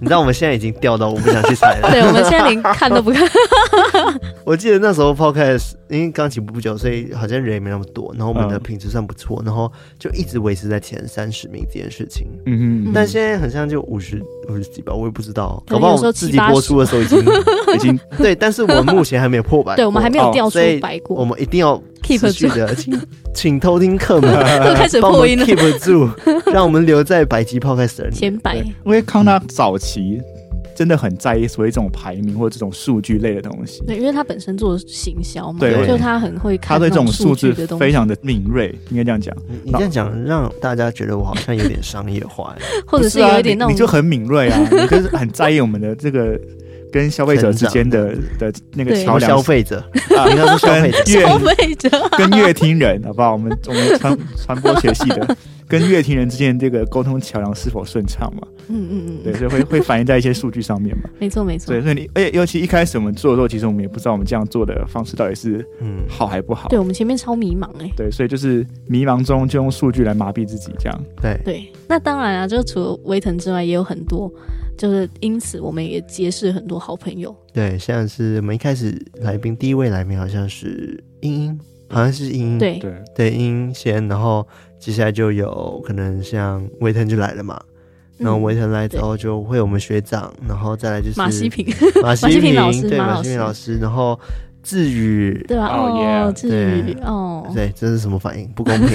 你知道我们现在已经掉到我不想去猜了。对我们现在 连看都不看，我记得那时候 podcast 因为刚起步不久，所以好像人也没那么多，然后我们的嗯品质算不错，然后就一直维持在前三十名这件事情。嗯哼，但现在很像就五十五十几吧，我也不知道，对搞不好有时候我自己70播出的时候已 经已经对，但是我们目前还没有破百过，对我们还没有掉出哦所以白我过， 们一定要 Keep 持续的，请请偷听客们 又开始呃帮我破们音了， keep 住，让我们留在百集炮开始的人前百对，因为康纳早期真的很在意所谓这种排名或者这种数据类的东西，对，因为他本身做行销嘛，对就他很会他看对这那种种数据字的东非西，常的敏锐，应该这样讲。你你这样讲，让大家觉得我好像有点商业 化，或者不是啊有一点那你你就种很敏锐啊，你就是很在意我们的这个跟消费者之间的的那个对桥然后梁消费者，啊你，应该说消 费者跟 消乐费者， 跟乐听人，好不好？我们我们传传播学系的，跟乐听人之间这个沟通桥梁是否顺畅嘛？嗯嗯对，嗯，所以会会反映在一些数据上面嘛。没错没错对，，所以你而且尤其一开始我们做的时候，其实我们也不知道我们这样做的方式到底是嗯，好还不好。对我们前面超迷茫哎。对，所以就是迷茫中就用数据来麻痹自己，这样。对，对，那当然啊，就除了威腾之外，也有很多，就是因此我们也结识很多好朋友。对，像是我们一开始来宾第一位来宾好像是英英，好像是英英，对，对，嗯对，英英先，然后接下来就有可能像维腾就来了嘛。然后维腾来之后，就会有我们学长，然后再来就是嗯马西平， 马西马西平平老师对马马西老平师老师，然后志宇，对吧、啊？哦哦 yeah，至于哦，对，这是什么反应？不公平。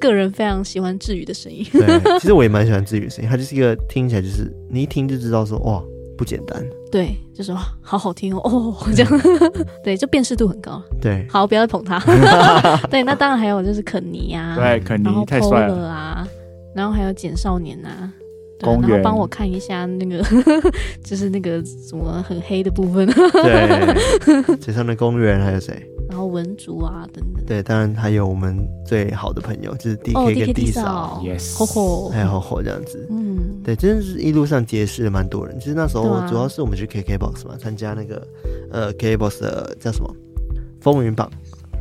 个人非常喜欢治愈的声音。 对，其实我也蛮喜欢志宇的声音，他就是一个听起来就是你一听就知道说哇不简单。对，就说哇好好听哦，哦这样， 对，就辨识度很高。对，好，不要再捧他。 对，那当然还有就是肯尼呀、啊，对，肯然后尼太 p o 帅 l 了，啊，然后还有简少年啊。对啊公然后园帮我看一下那个， 就是那个什么很黑的部分， 对，水上的公园还有谁？然后文竹啊等等。对，当然还有我们最好的朋友就是哦 DK 跟 D 嫂嫂，哎 Yes 吼吼，还有火火这样子。嗯，对，真的是一路上结识了蛮多人。其实那时对候啊主要是我们去 KKBOX 嘛，参加那个呃 KKBOX 的叫什么风云榜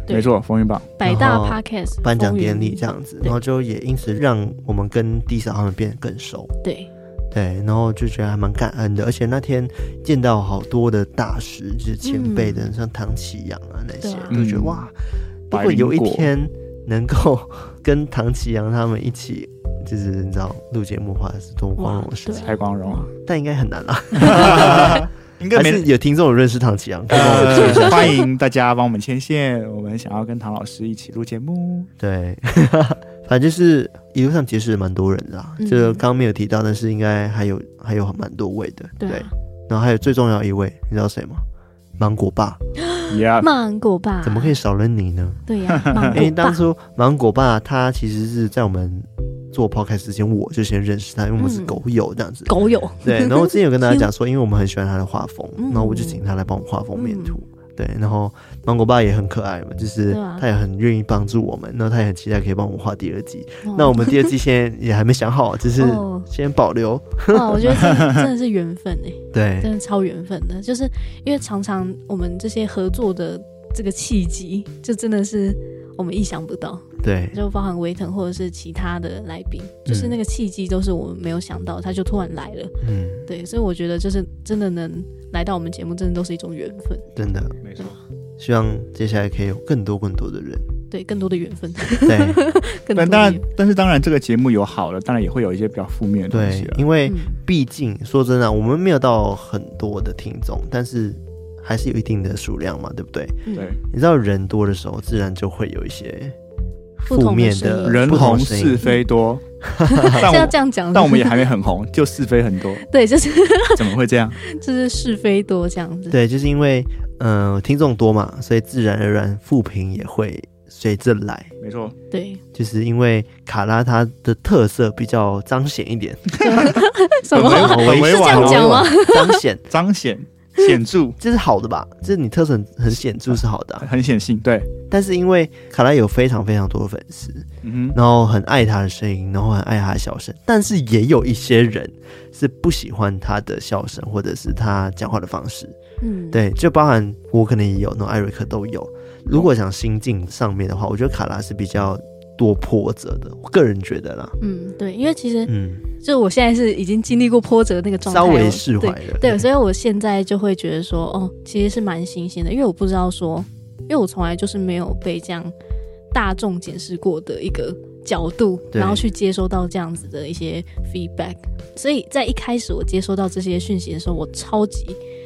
对没错，风云榜。百大然后 podcast 颁奖风云典礼这样子，对然后就也因此让我们跟 D 嫂他们变得更熟。对，对，然后就觉得还蛮感恩的，而且那天见到好多的大师，就是前辈的，像唐启阳啊那些，嗯对啊就觉得嗯哇，如百果灵有一果天能够 跟唐启阳他们一起，就是你知道录节目的话，是多么光哇荣的，事对啊情，太光荣，但应该很难啦。应还是有听众认识唐启阳，可以帮我们介绍 呃，欢迎大家帮我们牵线，我们想要跟唐老师一起录节目。 对，反正就是一路上结识了蛮多人的啦，嗯这个刚没有提到，但是应该还有还有蛮多位的。对啊然后还有最重要一位，你知道谁吗？芒果爸， Yeah，芒果吧？怎么可以？少了你呢？对 呀，芒因为果当吧。初芒果爸他其实是在我们做 podcast 之前，我就先认识他，因为我们是嗯狗友这样子。狗友，对，然后我之前有跟大家 讲说，因为我们很喜欢他的画风，嗯然后我就请他来帮我画封面图。对，然后芒果爸也很可爱嘛，就是对啊他也很愿意帮助我们，然后他也很期待可以帮我们画第二季。哦那我们第二季现在也还没想好，就是哦先保留。哇，我觉得这真的是缘分哎、对真的超缘分的，就是因为常常我们这些合作的这个契机，就真的是我们意想不到，对就包含维腾或者是其他的来宾，嗯就是那个契机都是我们没有想到，他就突然来了。嗯，对，所以我觉得就是真的能来到我们节目，真的都是一种缘分，真的没错。希望接下来可以有更多更多的人，对，更多的缘 分， 对更多但的当然缘，但是当然，这个节目有好的，当然也会有一些比较负面的东西对啊了，。因为嗯毕竟说真的啊，我们没有到很多的听众，但是还是有一定的数量嘛，对不对？嗯对，你知道人多的时候，自然就会有一些不同负面声的音人不同红的声音是 非多，但是要我这样讲，但我们也还没很红，就是非很 多，对，就是怎么会这样？就是是非多这样子。对，就是因为呃听众多嘛，所以自然而然负评也会随着来。没错，对，就是因为卡拉它的特色比较彰显一点，什么很委啊？婉委是这样讲吗？彰显彰显显著，这是好的吧？这是你特色很很显著是好的啊、很显性，对，但是因为卡拉有非常非常多的粉丝，嗯哼，然后很爱他的声音，然后很爱他的笑声，但是也有一些人是不喜欢他的笑声或者是他讲话的方式，嗯，对，就包含我可能也有，然后艾瑞克都有。如果想心境上面的话，我觉得卡拉是比较多波折的，我个人觉得啦，嗯，对，因为其实嗯，就我现在是已经经历过波折那个状态稍了，微释怀对了，对，所以我现在就会觉得说，哦，其实是蛮新鲜的，因为我不知道说，因为我从来就是没有被这样大众检视过的一个角度，对然后去接收到这样子的一些 feedback，所以在一开始我接收到这些讯息的时候，我超级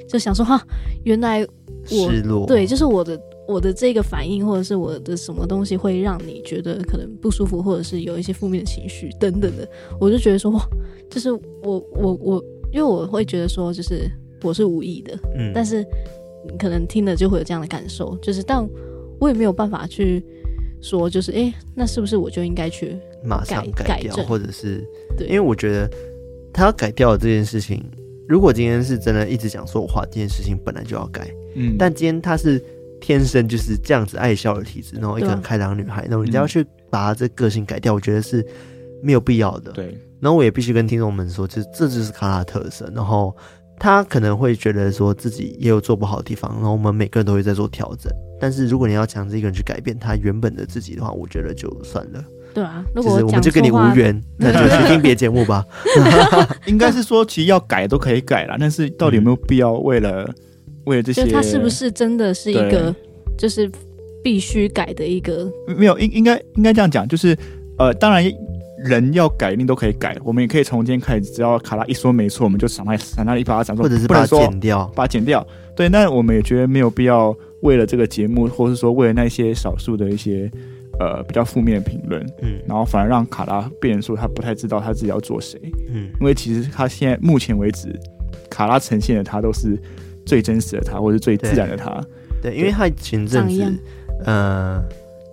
就想说，哈，原来我失落，对，就是我的我的这个反应，或者是我的什么东西会让你觉得可能不舒服，或者是有一些负面的情绪等等的，我就觉得说哇，就是我我我，因为我会觉得说，就是我是无意的，嗯但是你可能听了就会有这样的感受，就是但我也没有办法去说，就是诶，那是不是我就应该去？马上改改改掉，正或者是对因为我觉得他要改掉的这件事情，如果今天是真的一直讲说我话，这件事情本来就要改，嗯，但今天他是天生就是这样子爱笑的体质，然后一个对啊很开朗的女孩，那嗯人家要去把她这个性改掉，我觉得是没有必要的。对，然后我也必须跟听众们说，就是这就是卡拉的特色。然后他可能会觉得说自己也有做不好的地方，然后我们每个人都会在做调整。但是如果你要强制一个人去改变他原本的自己的话，我觉得就算了，对啊，如就果是我讲们就错跟你无话，缘，那就去听别节目吧。应该是说其实要改都可以改啦，但是到底有没有必要为了为了这就些？是它是不是真的是一对个就是必须改的一个没有，应应该应该这样讲，就是呃，当然人要改一定都可以改，我们也可以从今天开始，只要卡拉一说没错，我们就赏他赏他一巴掌，说或者是 不把能它说剪掉，把它剪掉。对，那我们也觉得没有必要为了这个节目，或是说为了那些少数的一些呃比较负面的评论，嗯然后反而让卡拉变成说他不太知道他自己要做谁，嗯，因为其实他现在目前为止，卡拉呈现的他都是最真实的他，或是最自然的他。对，因为他前阵长一样子，呃，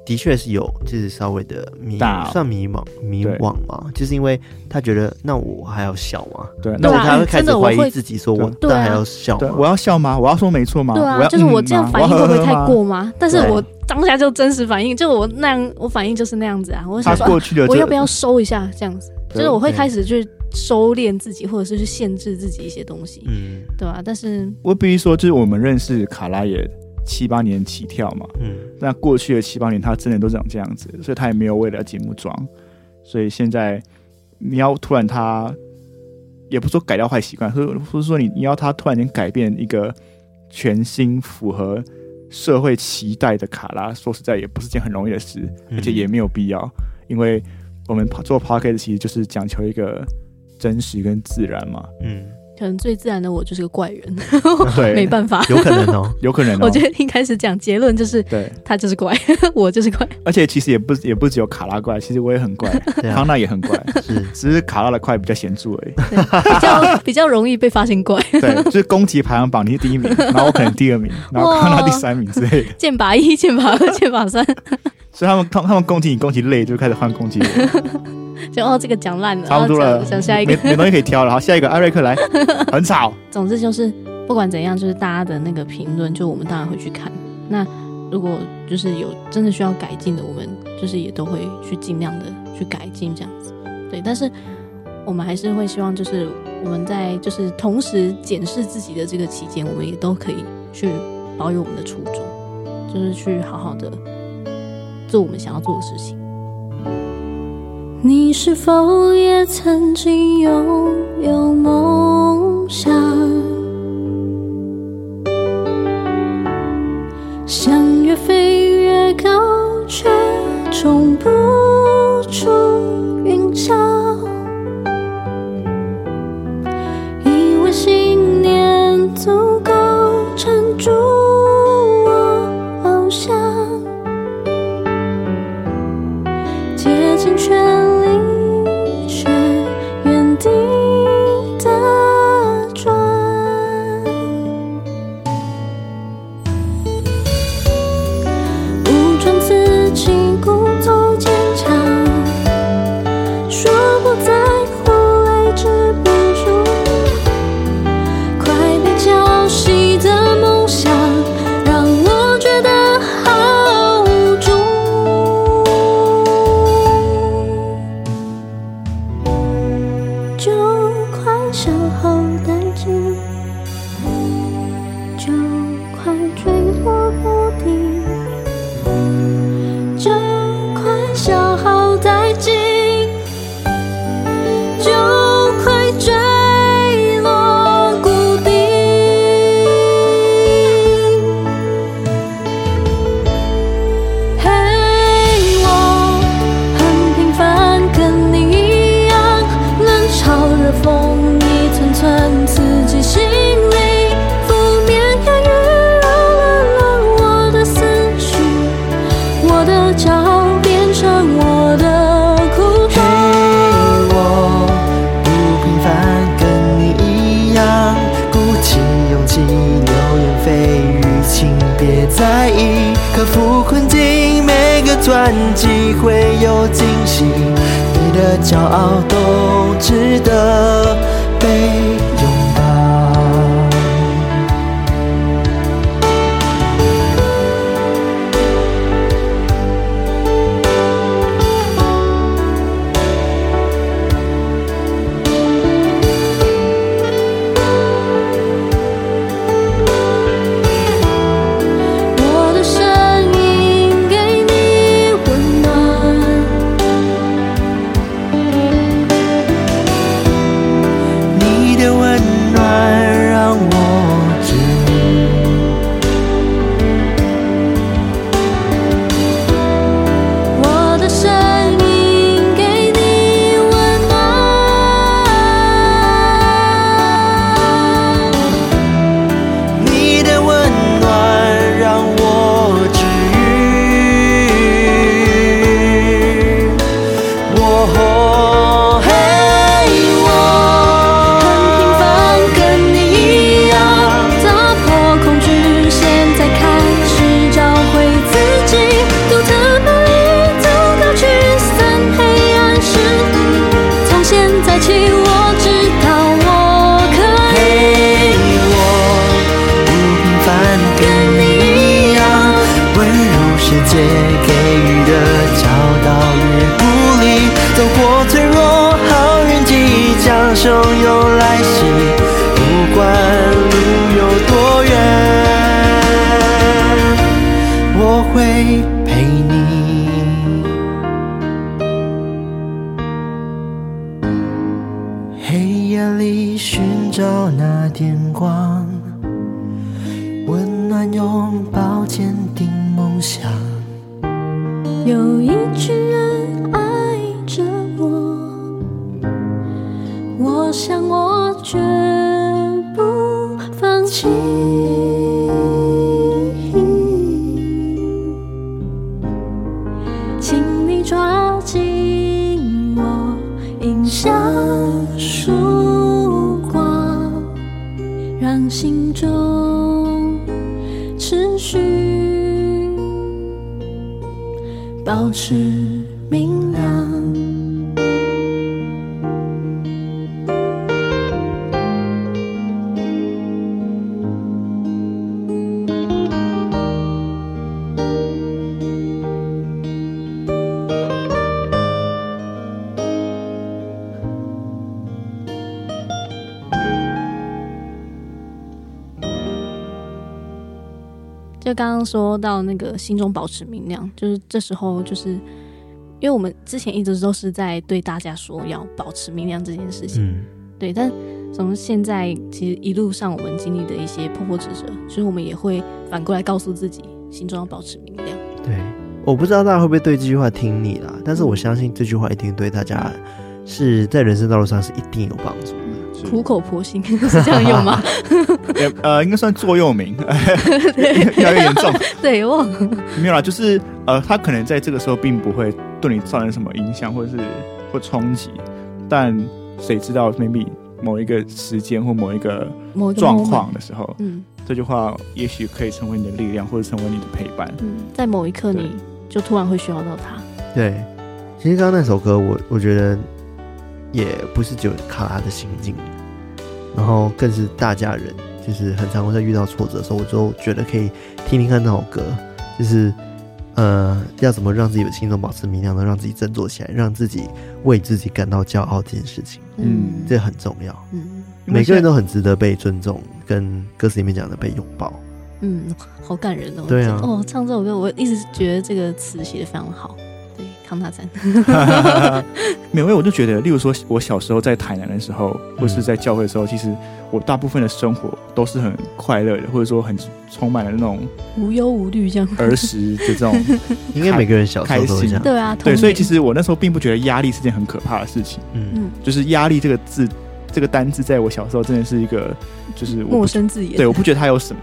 的确是有，就是稍微的迷大，哦算迷茫迷对惘嘛，就是因为他觉得那我还要笑吗？对，那那我对我啊他会开始真的我怀疑会自己，说对我啊对那啊还要笑对吗？我要笑吗？我要说没错吗？对我啊，要就是嗯我这样吗反应我会要不会呵太呵吗过吗？但是对我当下就真实反应，就我那样，我反应就是那样子啊。我他想说，过去的啊我这要不要收一下这样子？对就是我会对开始去收敛自己，或者是去限制自己一些东西，嗯对啊，但是我必须说，就是我们认识卡拉也七八年起跳嘛，嗯，那过去的七八年他真的都长这样子，所以他也没有为了节目装，所以现在你要突然他，也不是说改掉坏习惯，或者或者说你你要他突然间改变一个全新符合社会期待的卡拉，说实在也不是件很容易的事，嗯而且也没有必要，因为我们做 p o c k e t 其实就是讲求一个真实跟自然嘛，嗯，可能最自然的我就是个怪人，对没办法。有可能 。哦有可能、哦，哦我觉得应该是这样，结论就是对。他就是怪， 我就是怪。而且其实也不也不只有卡拉怪，其实我也很怪，对康啊，纳也很怪，是只是卡拉的怪比较显著而已。 比较比较容易被发现怪。对，就是攻击排行榜你是第一 名，然后我可能第二名，然后康纳第三名之类的。剑拔一、剑拔二、剑拔三，所以他们他们他们攻击你攻击累，就开始换攻击 我，就哦这个讲烂了，哦差不多然后了，讲讲下一个没。没东西可以挑了。好，下一个艾瑞克 来，很吵。总之就是不管怎样，就是大家的那个评论，就我们当然会去看。那如果就是有真的需要改进的，我们就是也都会去尽量的去改进这样子。对，但是我们还是会希望，就是我们在就是同时检视自己的这个期间，我们也都可以去保有我们的初衷，就是去好好的做我们想要做的事情。你是否也曾经拥有梦想？想越飞越高，却冲不出云霄。以为信念足够撑住我翱翔。竭尽全力，却原地打转。武装自己，故作坚强，说不在乎，来之不如。快被浇熄的梦想，让我觉得好无助。就快消耗殆尽，就快坠落谷底。就快消耗殆尽，就快坠落谷底。嘿，我很平凡，跟你一样，冷嘲热讽，一寸寸刺进心里。负面言语扰乱了我的思绪，我的骄傲变成我的苦嘿，我不平凡，跟你一样，鼓起勇气，流言蜚语，请别在意。克服困境，每个转机会有惊喜，你的骄傲都值得被拥抱。我的声音给你温暖，你的温暖让我执迷。我的声音给你温暖。你的温暖让我治愈。我嘿，我很平凡，跟你一样，打破恐惧，现在开始找回自己，独特美丽，足够驱散黑暗势力。从现在起，我知道我可以。嘿，我不平凡，跟你一样，温柔世界给予的教导与鼓励，走过脆弱，好运即将汹涌来袭，不管路有多远，我会陪你。黑夜里寻找那点光，温暖拥抱，坚定梦想。有一群人爱着我，我想我绝不放弃。请你抓紧我，迎向曙光，让心中持续。保持明亮。就刚刚说到那个心中保持明亮，就是这时候就是因为我们之前一直都是在对大家说要保持明亮这件事情，嗯，对，但什么现在其实一路上我们经历的一些波波折折，其实我们也会反过来告诉自己，心中要保持明亮。对，我不知道大家会不会对这句话听腻啦，但是我相信这句话一定对大家是在人生道路上是一定有帮助的。苦口 婆心是这样用吗？也呃，应该算座右铭， 越来越严重。 对，我忘了没有啦，就是呃，他可能在这个时候并不会对你造成什么影响，或者是或冲击，但谁知道 maybe 某一个时间或某一个某一个状 moment 况的时候，嗯这句话也许可以成为你的力量，或者成为你的陪伴。嗯，在某一刻你就突然会需要到它。对，其实刚刚那首歌我，我觉得也不是只有卡拉的心境，然后更是大家人，就是很常会在遇到挫折的时候，我就觉得可以听听看那首歌，就是呃，要怎么让自己的心中保持明亮的，让自己振作起来，让自己为自己感到骄傲这件事情，嗯这很重要。嗯因为每个人现在都很值得被尊重，跟歌词里面讲的被拥抱。嗯，好感人哦。对啊哦，唱这首歌我一直觉得这个词写的非常好。对，康大赞。没有，因为我就觉得，例如说，我小时候在台南的时候，或是在教会的时候，其实我大部分的生活都是很快乐的，或者说很充满了那种 无忧无虑这样。儿时的这种应该每个人小时候都会这开心样。对啊，童对，年所以其实我那时候并不觉得压力是件很可怕的事情，嗯，嗯，就是压力这个字，这个单字，在我小时候真的是一个，就是我陌不生字眼。对，我不觉得它有什么，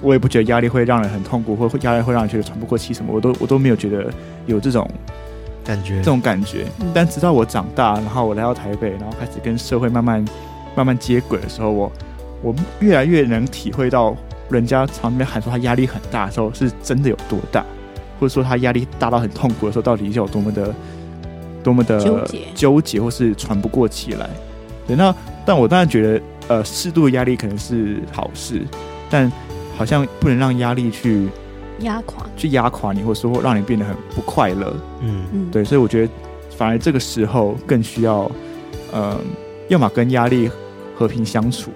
我也不觉得压力会让人很痛苦，或或压力会让人觉得喘不过气什么，我都我都没有觉得有这种感觉这种感觉嗯。但直到我长大，然后我来到台北，然后开始跟社会慢慢慢慢接轨的时候，我我越来越能体会到人家常那边喊说他压力很大的时候是真的有多大，或者说他压力大到很痛苦的时候，到底是有多么的多么的纠结纠结，或是喘不过气来。对，那但我当然觉得，呃，适度的压力可能是好事，但好像不能让压力去压垮。去压垮你，或者说让你变得很不快乐。嗯嗯，对，所以我觉得反而这个时候更需要，呃，要么跟压力和平相处，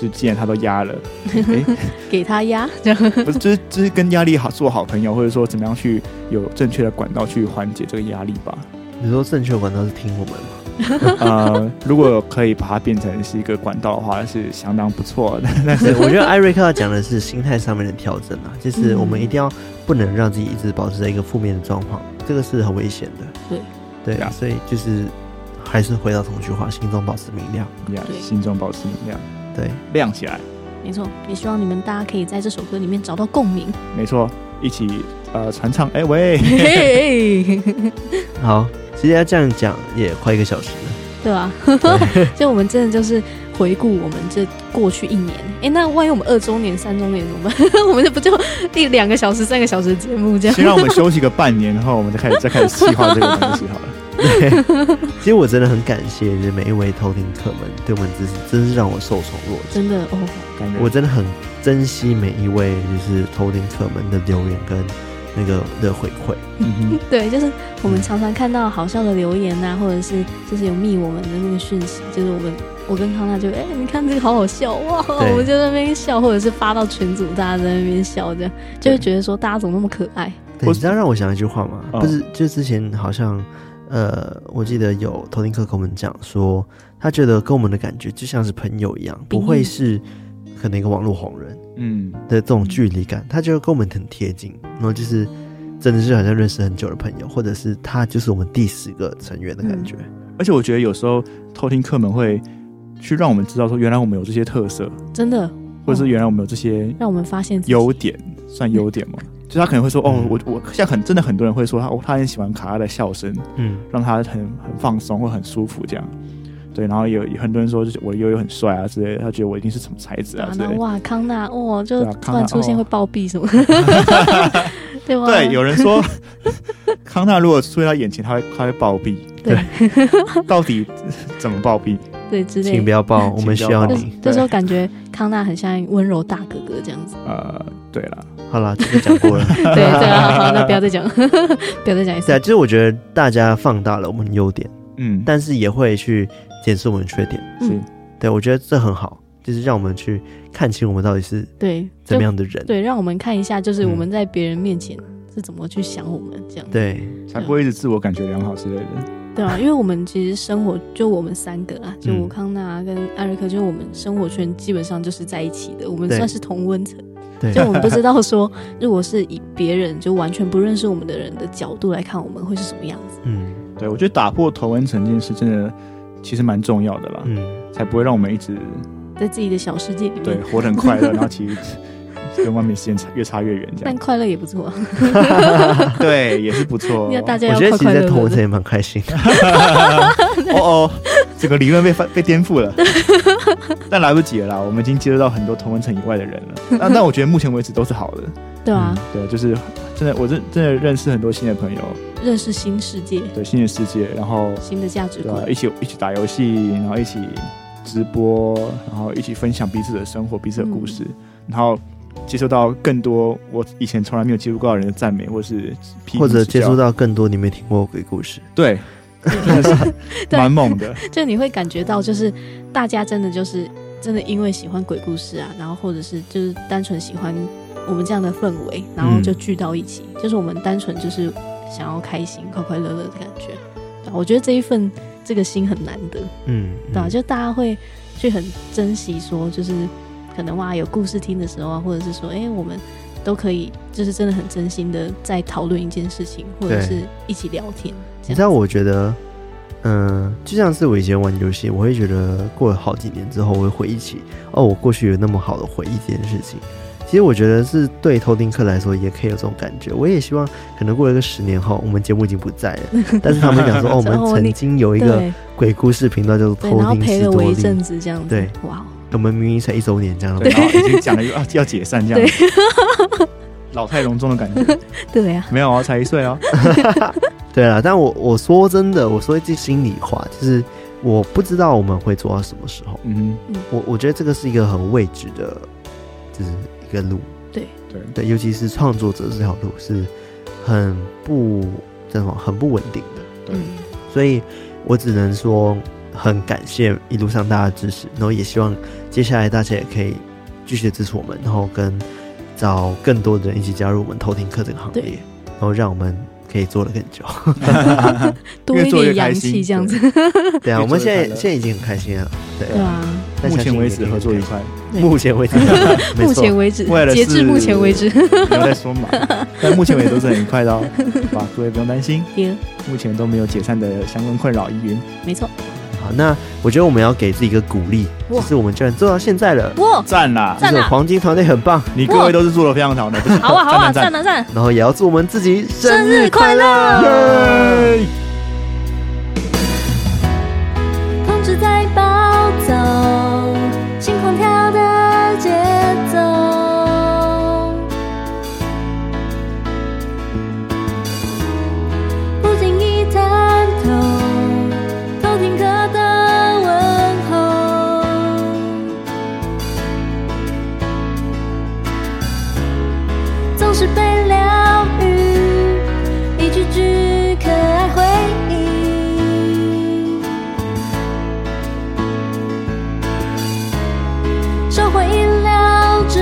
就既然他都压了，诶，给他 压这样。不是，就是就是跟压力好做好朋友，或者说怎么样去有正确的管道去缓解这个压力吧。你说正确管道是听我们吗？呃，如果可以把它变成是一个管道的话，是相当不错的。 但是 对，我觉得艾瑞克要讲的是心态上面的调整啊，就是嗯我们一定要不能让自己一直保持在一个负面的状况，这个是很危险的。对，对对啊，啊所以就是还是回到同句话，心中保持明亮。呀对啊心中保持明亮，对，亮起来，没错，也希望你们大家可以在这首歌里面找到共鸣。没错，一起呃传唱。哎、喂，嘿嘿嘿好，其实要这样讲也快一个小时了。对吧、 就我们真的就是回顾我们这过去一年。哎，那万一我们二周年、三周年怎么办？我 们这不就一两个小时、三个小时的节目这样？先让我们休息个半年，然后我们再开始再开始计划这个东西好了。其实我真的很感谢，就是每一位偷听客们对我们支持，真是让我受宠若惊。真的哦，感觉我真的很珍惜每一位就是偷听客们的留言跟那个的回馈。嗯哼对，就是我嗯们常常看到好笑的留言呐、或者是就是有密我们的那个讯息，就是我们我跟康纳就哎、你看这个好好笑哇，对我们就在那边笑，或者是发到群组，大家在那边笑，这样就会觉得说大家怎么那么可爱？对我你知道让我想一句话吗？哦不是，就之前好像，呃，我记得有头听客跟我们讲说，他觉得跟我们的感觉就像是朋友一样，不会是可能一个网络红人嗯，的这种距离感，他觉得跟我们很贴近，然后就是真的是好像认识很久的朋友，或者是他就是我们第十个成员的感觉。而且我觉得有时候偷听客们会去让我们知道说，原来我们有这些特色，真的哦或嗯者是原来我们有这些让我们发现自己啊优点，算优点嘛？就他可能会说，哦嗯，我我现在很真的很多人会说他，哦他很喜欢卡拉的笑声，嗯，让他很很放松或很舒服这样。对，然后有有很多人说，就是我的悠悠很帅啊之类的，他觉得我一定是什么才子啊啊，之那类的。哇康纳哦，就对啊突康纳然出现哦会暴毙 什么，对吧？对，有人说 康纳如果出现在眼前，他会他会暴毙。对，到底怎么暴毙？对之类请不的。要抱，我请们不要需要抱就是你。这时候对感觉康纳很像温柔大哥哥这 样子，呃，对了，好啦，这个讲过了。 对对啊，好，那不要再讲， 不要再讲一次对啊，。就是我觉得大家放大了我们优点，嗯，但是也会去检视我们的缺点。嗯是对，我觉得这很好，就是让我们去看清我们到底是对，怎就么样的人。对，让我们看一下，就是嗯我们在别人面前是怎么去想我们这样，对才不会一直自我感觉良好之类的。对啊，因为我们其实生活就我们三个啊，就嗯我康纳跟艾瑞克，就是我们生活圈基本上就是在一起的，我们对算是同温层，对就我们不知道说，如果是以别人就完全不认识我们的人的角度来看我们会是什么样子，嗯，对，我觉得打破头文层这件事真的，其实蛮重要的啦，嗯，才不会让我们一直在自己的小世界里对面，活得很快乐，然后其实跟外面时间差越差越远这但样。快乐也不错啊。对，也是不 错。要大家我要觉快得其快实，在乐同乐城的。也蛮开心的。哦哦，整个理论被翻被颠覆了，但来不及了啦，我们已经接触到很多同文层以外的人了。那但我觉得目前为止都是好的，对啊，嗯对，就是真的，我真真的认识很多新的朋友，认识新世界，对新的世界，然后新的价值对、啊观，。一起一起打游戏，然后一起直播，然后一起分享彼此的生活、彼此的故嗯事，然后接受到更多我以前从来没有接触过的人的赞美，或是批评或者接触指教到更多你没听过的鬼故事，对，真的是 对蛮猛的，就你会感觉到，就是大家真的就是真的因为喜欢鬼故事啊，然后或者是就是单纯喜欢我们这样的氛围，然嗯后就聚到一起，就是我们单纯就是想要开心、快快乐乐的感觉。对啊、我觉得这一份这个心很难得，嗯，对、啊，嗯就大家会去很珍惜说，就是可能哇有故事听的时候啊，或者是说，哎、我们都可以就是真的很真心的在讨论一件事情，或者对是一起聊天。你这样知道，我觉得，嗯、就像是我以前玩游戏，我会觉得过了好几年之后，我会回忆起哦，我过去有那么好的回忆这件事情。其实我觉得是对偷听客来说也可以有这种感觉。我也希望可能过了个十年后，我们节目已经不 在了，但是他们讲说哦，我们曾经有一个对鬼故事频道叫做对，偷然后听陪斯了我多一利阵，子这样子，对，哇哦。我们明明才一周年这样对，然后已经讲了要要解散这样子， 老态龙钟的感觉，对呀、没有啊，才一岁哦， 对啦，但我我说真的，我说一句心里话，就是我不知道我们会做到什么时候。嗯，我我觉得这个是一个很未知的，就是一个路。对，对，尤其是创作者这条路是很不叫什么很不稳定的，对嗯，所以我只能说很感谢一路上大家的支持，然后也希望接下来大家也可以继续地支持我们，然后跟找更多的人一起加入我们偷听课这个行对列，然后让我们可以做得更久。多一点阳气这样子，对啊，我越们做现越在快乐现在已经很开心了。对对啊，啊，但目相信前为也可止以合作愉很快，开心，目前为止，没目错前为止为，了截至是目前为止，没有在说 嘛，但目前为止都是很愉快的哦，好吧，各位不用担心。爹，目前都没有解散的相关困扰疑云。没错，好，那我觉得我们要给自己一个鼓励，哇就是我们居然做到现在了，哇，赞啦！这赞种啦，黄金团队很棒，你各位都是做的非常好的，不是？好啊好啊，赞啊赞啦赞啦，然后也要祝我们自己生生日日快快乐乐！赞！耶！控制在暴走，心狂跳的节奏。不经意探头，偷听客的问候。总是被疗愈，一句句可爱回忆。收获意料之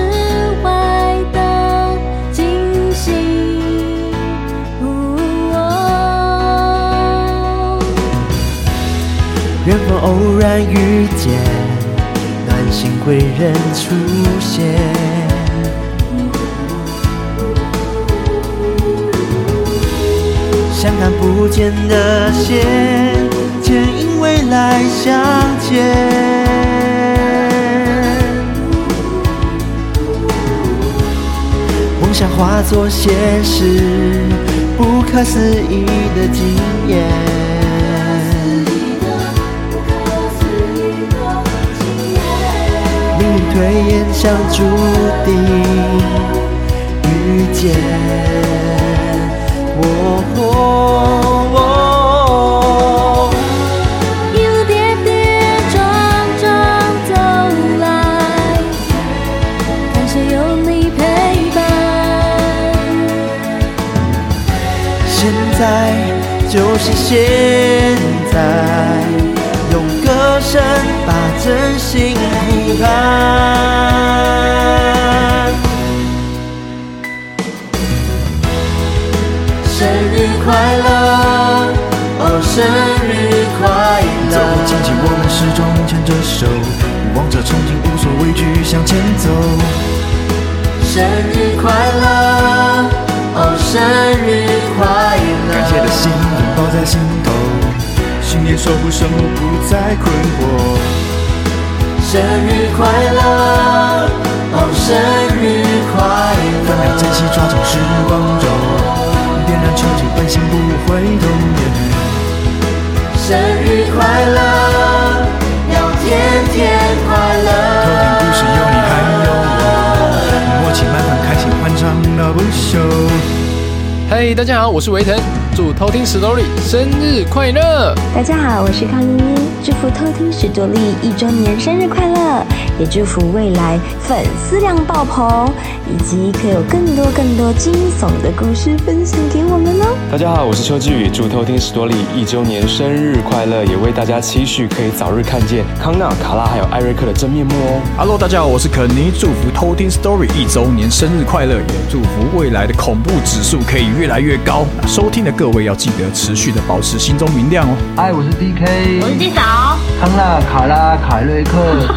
外的惊喜。哦缘分偶然遇见，暖心贵人出现。相看不见的线，牵引未来相见。梦想化作现实，不可思议的经验。命运推演像注定遇见我。一路跌跌撞撞走来，感谢有你陪伴。现在就是现在，用歌声把真心呼喊。生日快乐，哦，生日快乐！哦走，牵起我们始终牵着手，望着憧憬，无所畏惧向前走。生日快乐，哦，生日快乐！感谢的心拥抱在心头，寻年守护生活不再困惑。生日快乐，哦，生日快分秒珍惜，抓紧时光轴，点燃憧憬，奔向不回头。乐，生日快乐，要天天快头乐。顶故事有你还有我，默契满满，开心欢唱到不休。嘿大家好，我是维腾，祝偷听史多利生日快乐！大家好，我是康妮妮，祝福偷听史多利一周年生日快乐，也祝福未来粉丝量爆棚，以及可有更多更多惊悚的故事分享给我们哦。大家好，我是邱志宇，祝偷听史多利一周年生日快乐，也为大家期许可以早日看见康纳、卡拉还有艾瑞克的真面目哦。 Hello，大家好，我是肯尼，祝福偷听 Story 一周年生日快乐，也祝福未来的恐怖指数可以越来越高。收听的各位要记得持续的保持心中明亮哦。嗨，我是 DK，我是机嫂，康纳、卡拉、凯瑞克、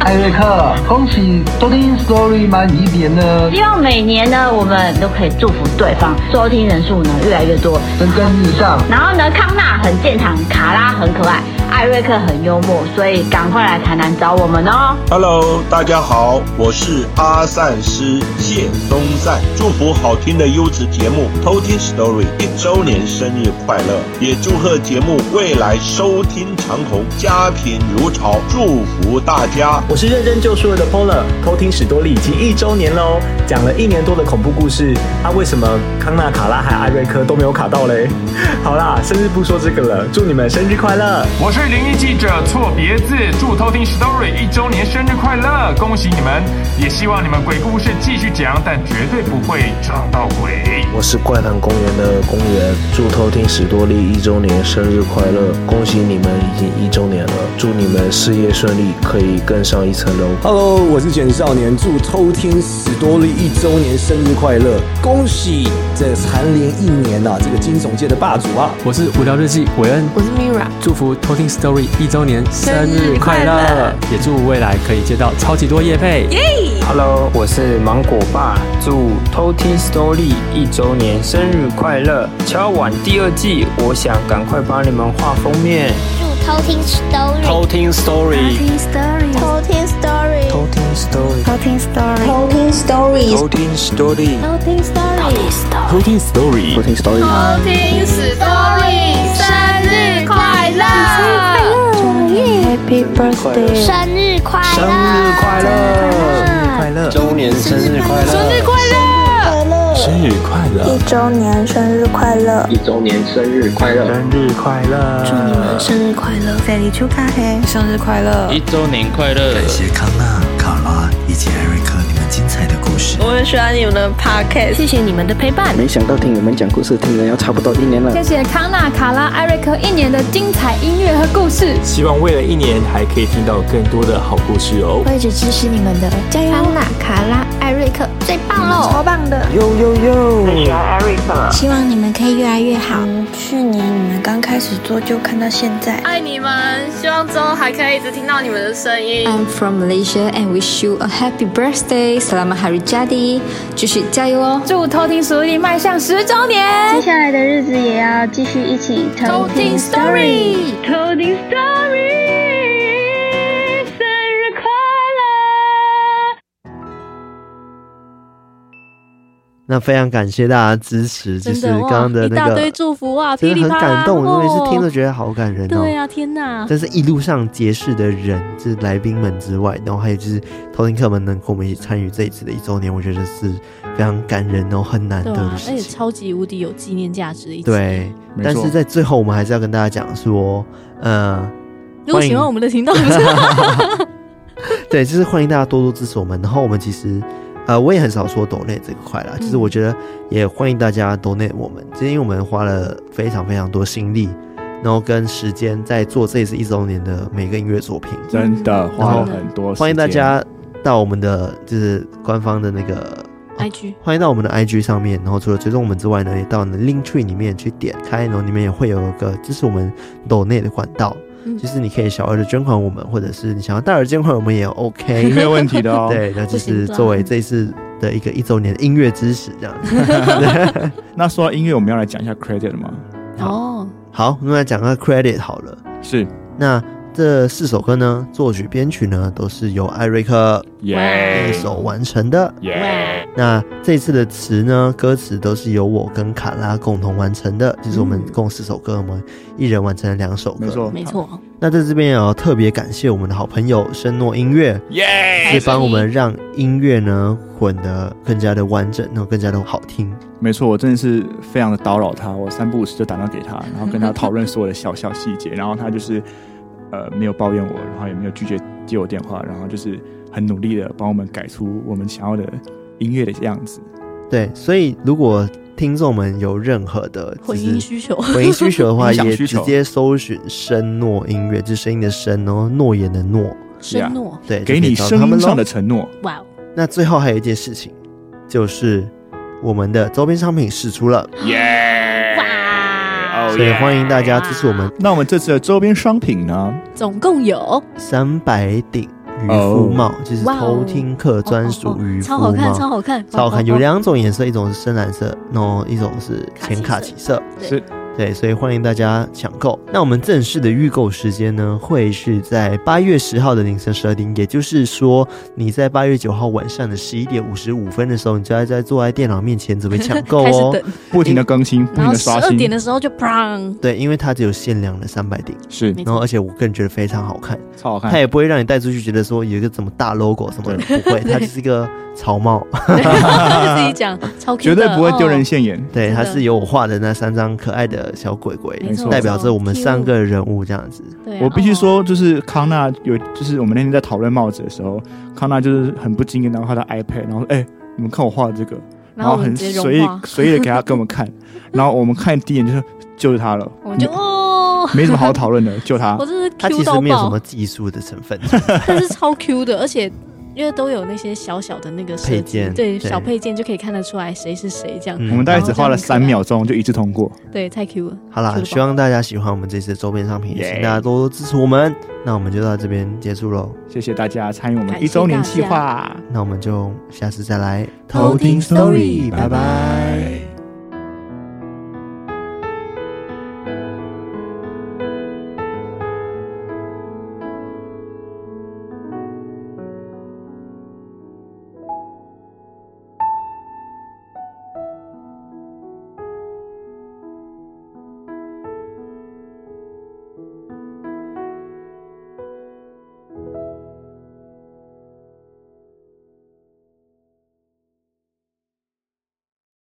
艾瑞克，恭喜收听 Story 满一点呢，希望每年呢，我们都可以祝福对方，收听人数呢越来越多。蒸蒸日上。然后呢，康纳很健谈，卡拉很可爱，艾瑞克很幽默，所以赶快来台南找我们哦。 Hello，大家好，我是阿善师谢宗赞，祝福好听的优质节目《偷听 Story》一周年生日快乐，也祝贺节目未来收听长虹，家贫如潮，祝福大家。我是认真救赎了的 Polar，偷听史多利已经一周年喽，讲了一年多的恐怖故事，啊，为什么康纳、卡拉还有艾瑞克都没有卡到嘞？ 好啦，生日不说这个了，祝你们生日快乐！我是灵异记者错别字，祝偷听 Story 一周年生日快乐，恭喜你们！也希望你们鬼故事继续讲，但绝对不会撞到鬼。我是怪谈公园的公园，祝偷听史多利一周年生日快乐！恭喜你们已经一周年了，祝你们事业顺利，可以更上一层楼。 Hello，我是简少年，祝偷听史多利一周年生日快乐！恭喜这蝉联一年呐、这个惊悚界的霸主啊！我是无聊日记韦恩，我是 Mira，祝福偷听 Story 一周年生日快乐，也祝未来可以接到超级多夜配。 Hello，我是芒果爸，祝偷听 Story 一周年生日快乐！敲碗第二季，我想赶快帮你们画封面。祝偷听 story，偷听 Story，听 story，偷听 story，偷听 Story，偷听 story，偷听 story，偷听 Story，偷听 story，偷听听 Story，Story，偷听 story，生日快乐， Happy birthday！生日快乐，生日快乐，快乐，周年生日快乐，生日快乐，生日快乐！周年生日快乐！一周年生日快乐！生日快乐，祝你们生日快乐，在里出咖啡，生日快乐！一周年快乐！感谢康纳、卡拉以及艾瑞克你们精彩的故事。我很喜欢你们的 podcast，谢谢你们的陪伴。没想到听我们讲故事听了要差不多一年了。谢谢康纳、卡拉、艾瑞克一年的精彩音乐和故事。希望未来一年还可以听到更多的好故事哦。我一直支持你们的，加油！康纳、卡拉、艾瑞克最棒哦喽！超棒的！呦呦呦！希望你们可以越来越好。去年你们刚开始做，就看到现在。爱你们，希望之后还可以一直听到你们的声音。 I'm from Malaysia and wish you a happy birthday. Selamat Hari Jadi，继续加油哦！祝偷听史里迈向十周年！接下来的日子也要继续一起偷听 story。偷听 Story，生日快乐！那非常感谢大家支持，就真是的刚哇，刚的一那大堆个，祝福啊，噼真的里很啪啦，感动，我每次听哦都觉得好感人哦。对啊，天哪！但是一路上结识的人，就是来宾们之外，然后还有就是偷听客们能跟我们一起参与这一次的一周年，我觉得是非常感人哦，很难对得啊的，而事且情。超级无敌有纪念价值的一集。对，啊没但错是在最后，我们还是要跟大家讲说，呃，如果喜欢我们的频道，不 是 对，就是欢迎大家多多支持我们。然后我们其实，呃，我也很少说抖内这个块啦，就是嗯我觉得也欢迎大家抖内我们，就是因为我们花了非常非常多心力，然后跟时间在做这一次一周年的每个音乐作品。真的花了很多时间欢迎大 家到我们的就是官方的那个， IG 欢迎到我们的 IG 上面，然后除了追踪我们之外呢，也到你的 Link Tree 里面去点开，然后里面也会有一个支持我们抖内的管道嗯，就是你可以小额的捐款我们，或者是你想要大额捐款我们也 OK，没有问题的哦。 对，那就不是行作为这一次的 一个一周年的音乐知识这样子。那说到音乐，我们要来讲一下 credit 吗？哦，好，那来讲个 credit 好了。是。那这四首歌呢，作曲编曲呢，都是由艾瑞克耶一手完成的。耶那这次的词呢，歌词都是由我跟卡拉共同完成的，就是我们嗯共四首歌，我们一人完成了两首歌。没错没。错，那在这边也要特别感谢我们的好朋友声诺音乐，耶是帮我们让音乐呢混得更加的完整，然后更加的好听。没错，我真的是非常的叨扰他，我三不五时就打电话给他，然后跟他讨论所有的小小细节，然后他就是呃没有抱怨我，然后也没有拒绝接我电话，然后就是很努力的帮我们改出我们想要的音乐的样子。对，所以如果听众们有任何的回音需求，回音需求的 话，音响也需直求接搜寻“声诺音乐”，就是声音的声，然后诺言的诺。啊声诺对，给你就可以找到声他们音咯上的承诺。哇哦，那最后还有一件事情，就是我们的周边商品试出了，耶！所以欢迎大家支持我们那我们这次的周边商品呢？总共有三百顶渔夫帽，就是哇哦偷听客专属渔夫超帽，好看，超好看，超好看。有哦哦两种颜色，一种是深蓝色，然后一种是浅卡其色。是对，所以欢迎大家抢购。那我们正式的预购时间呢，会是在八月十号的凌晨十二点，也就是说，你在八月九号晚上的十一点五十五分的时候，你就要在坐在电脑面前准备抢购开始 哦等，不停的更新，然后哎十二点的时候就砰，对，因为它只有限量的三百顶，是没错然后而且我个人觉得非常好看，超好看它也不会让你带出去觉得说有一个什么大 logo 什么的，哎对不 会，对它就是一个草 帽，自己讲超 Q 的绝对不会丢人现眼。对，真它的是有我画的那三张可爱的小鬼鬼没错，代表着我们超 cute 三个人物这样子，对啊我必须说，就是康纳有，就是我们那天在讨论帽子的时候，康纳就是很不经意拿到他的 iPad，然后说：“哎、你们看我画的这个。”然后我们很直接融随意化随意的给他给我 们看，然后我们看第一眼就是就是他了，我们就哦，没什么好讨论的，就 他我。真是嗯啊它其 Q 实到没有什么爆，技术的成分。 但是超 Q 的，而且因为都有那些小小的那个设计配件对对嗯小配件就可以看得出来谁是谁这样。我们大概只花了然后这样三很可爱，秒钟就一致通过。对，太 Q 了。好啦， Q 希到爆望大家喜欢我们这次的周边商品，也 Yeah 请大家多多支持我们。那我们就到这边结束喽，谢谢大家参与我们感一谢周年大计家划，那我们就下次再来偷听 story，拜拜。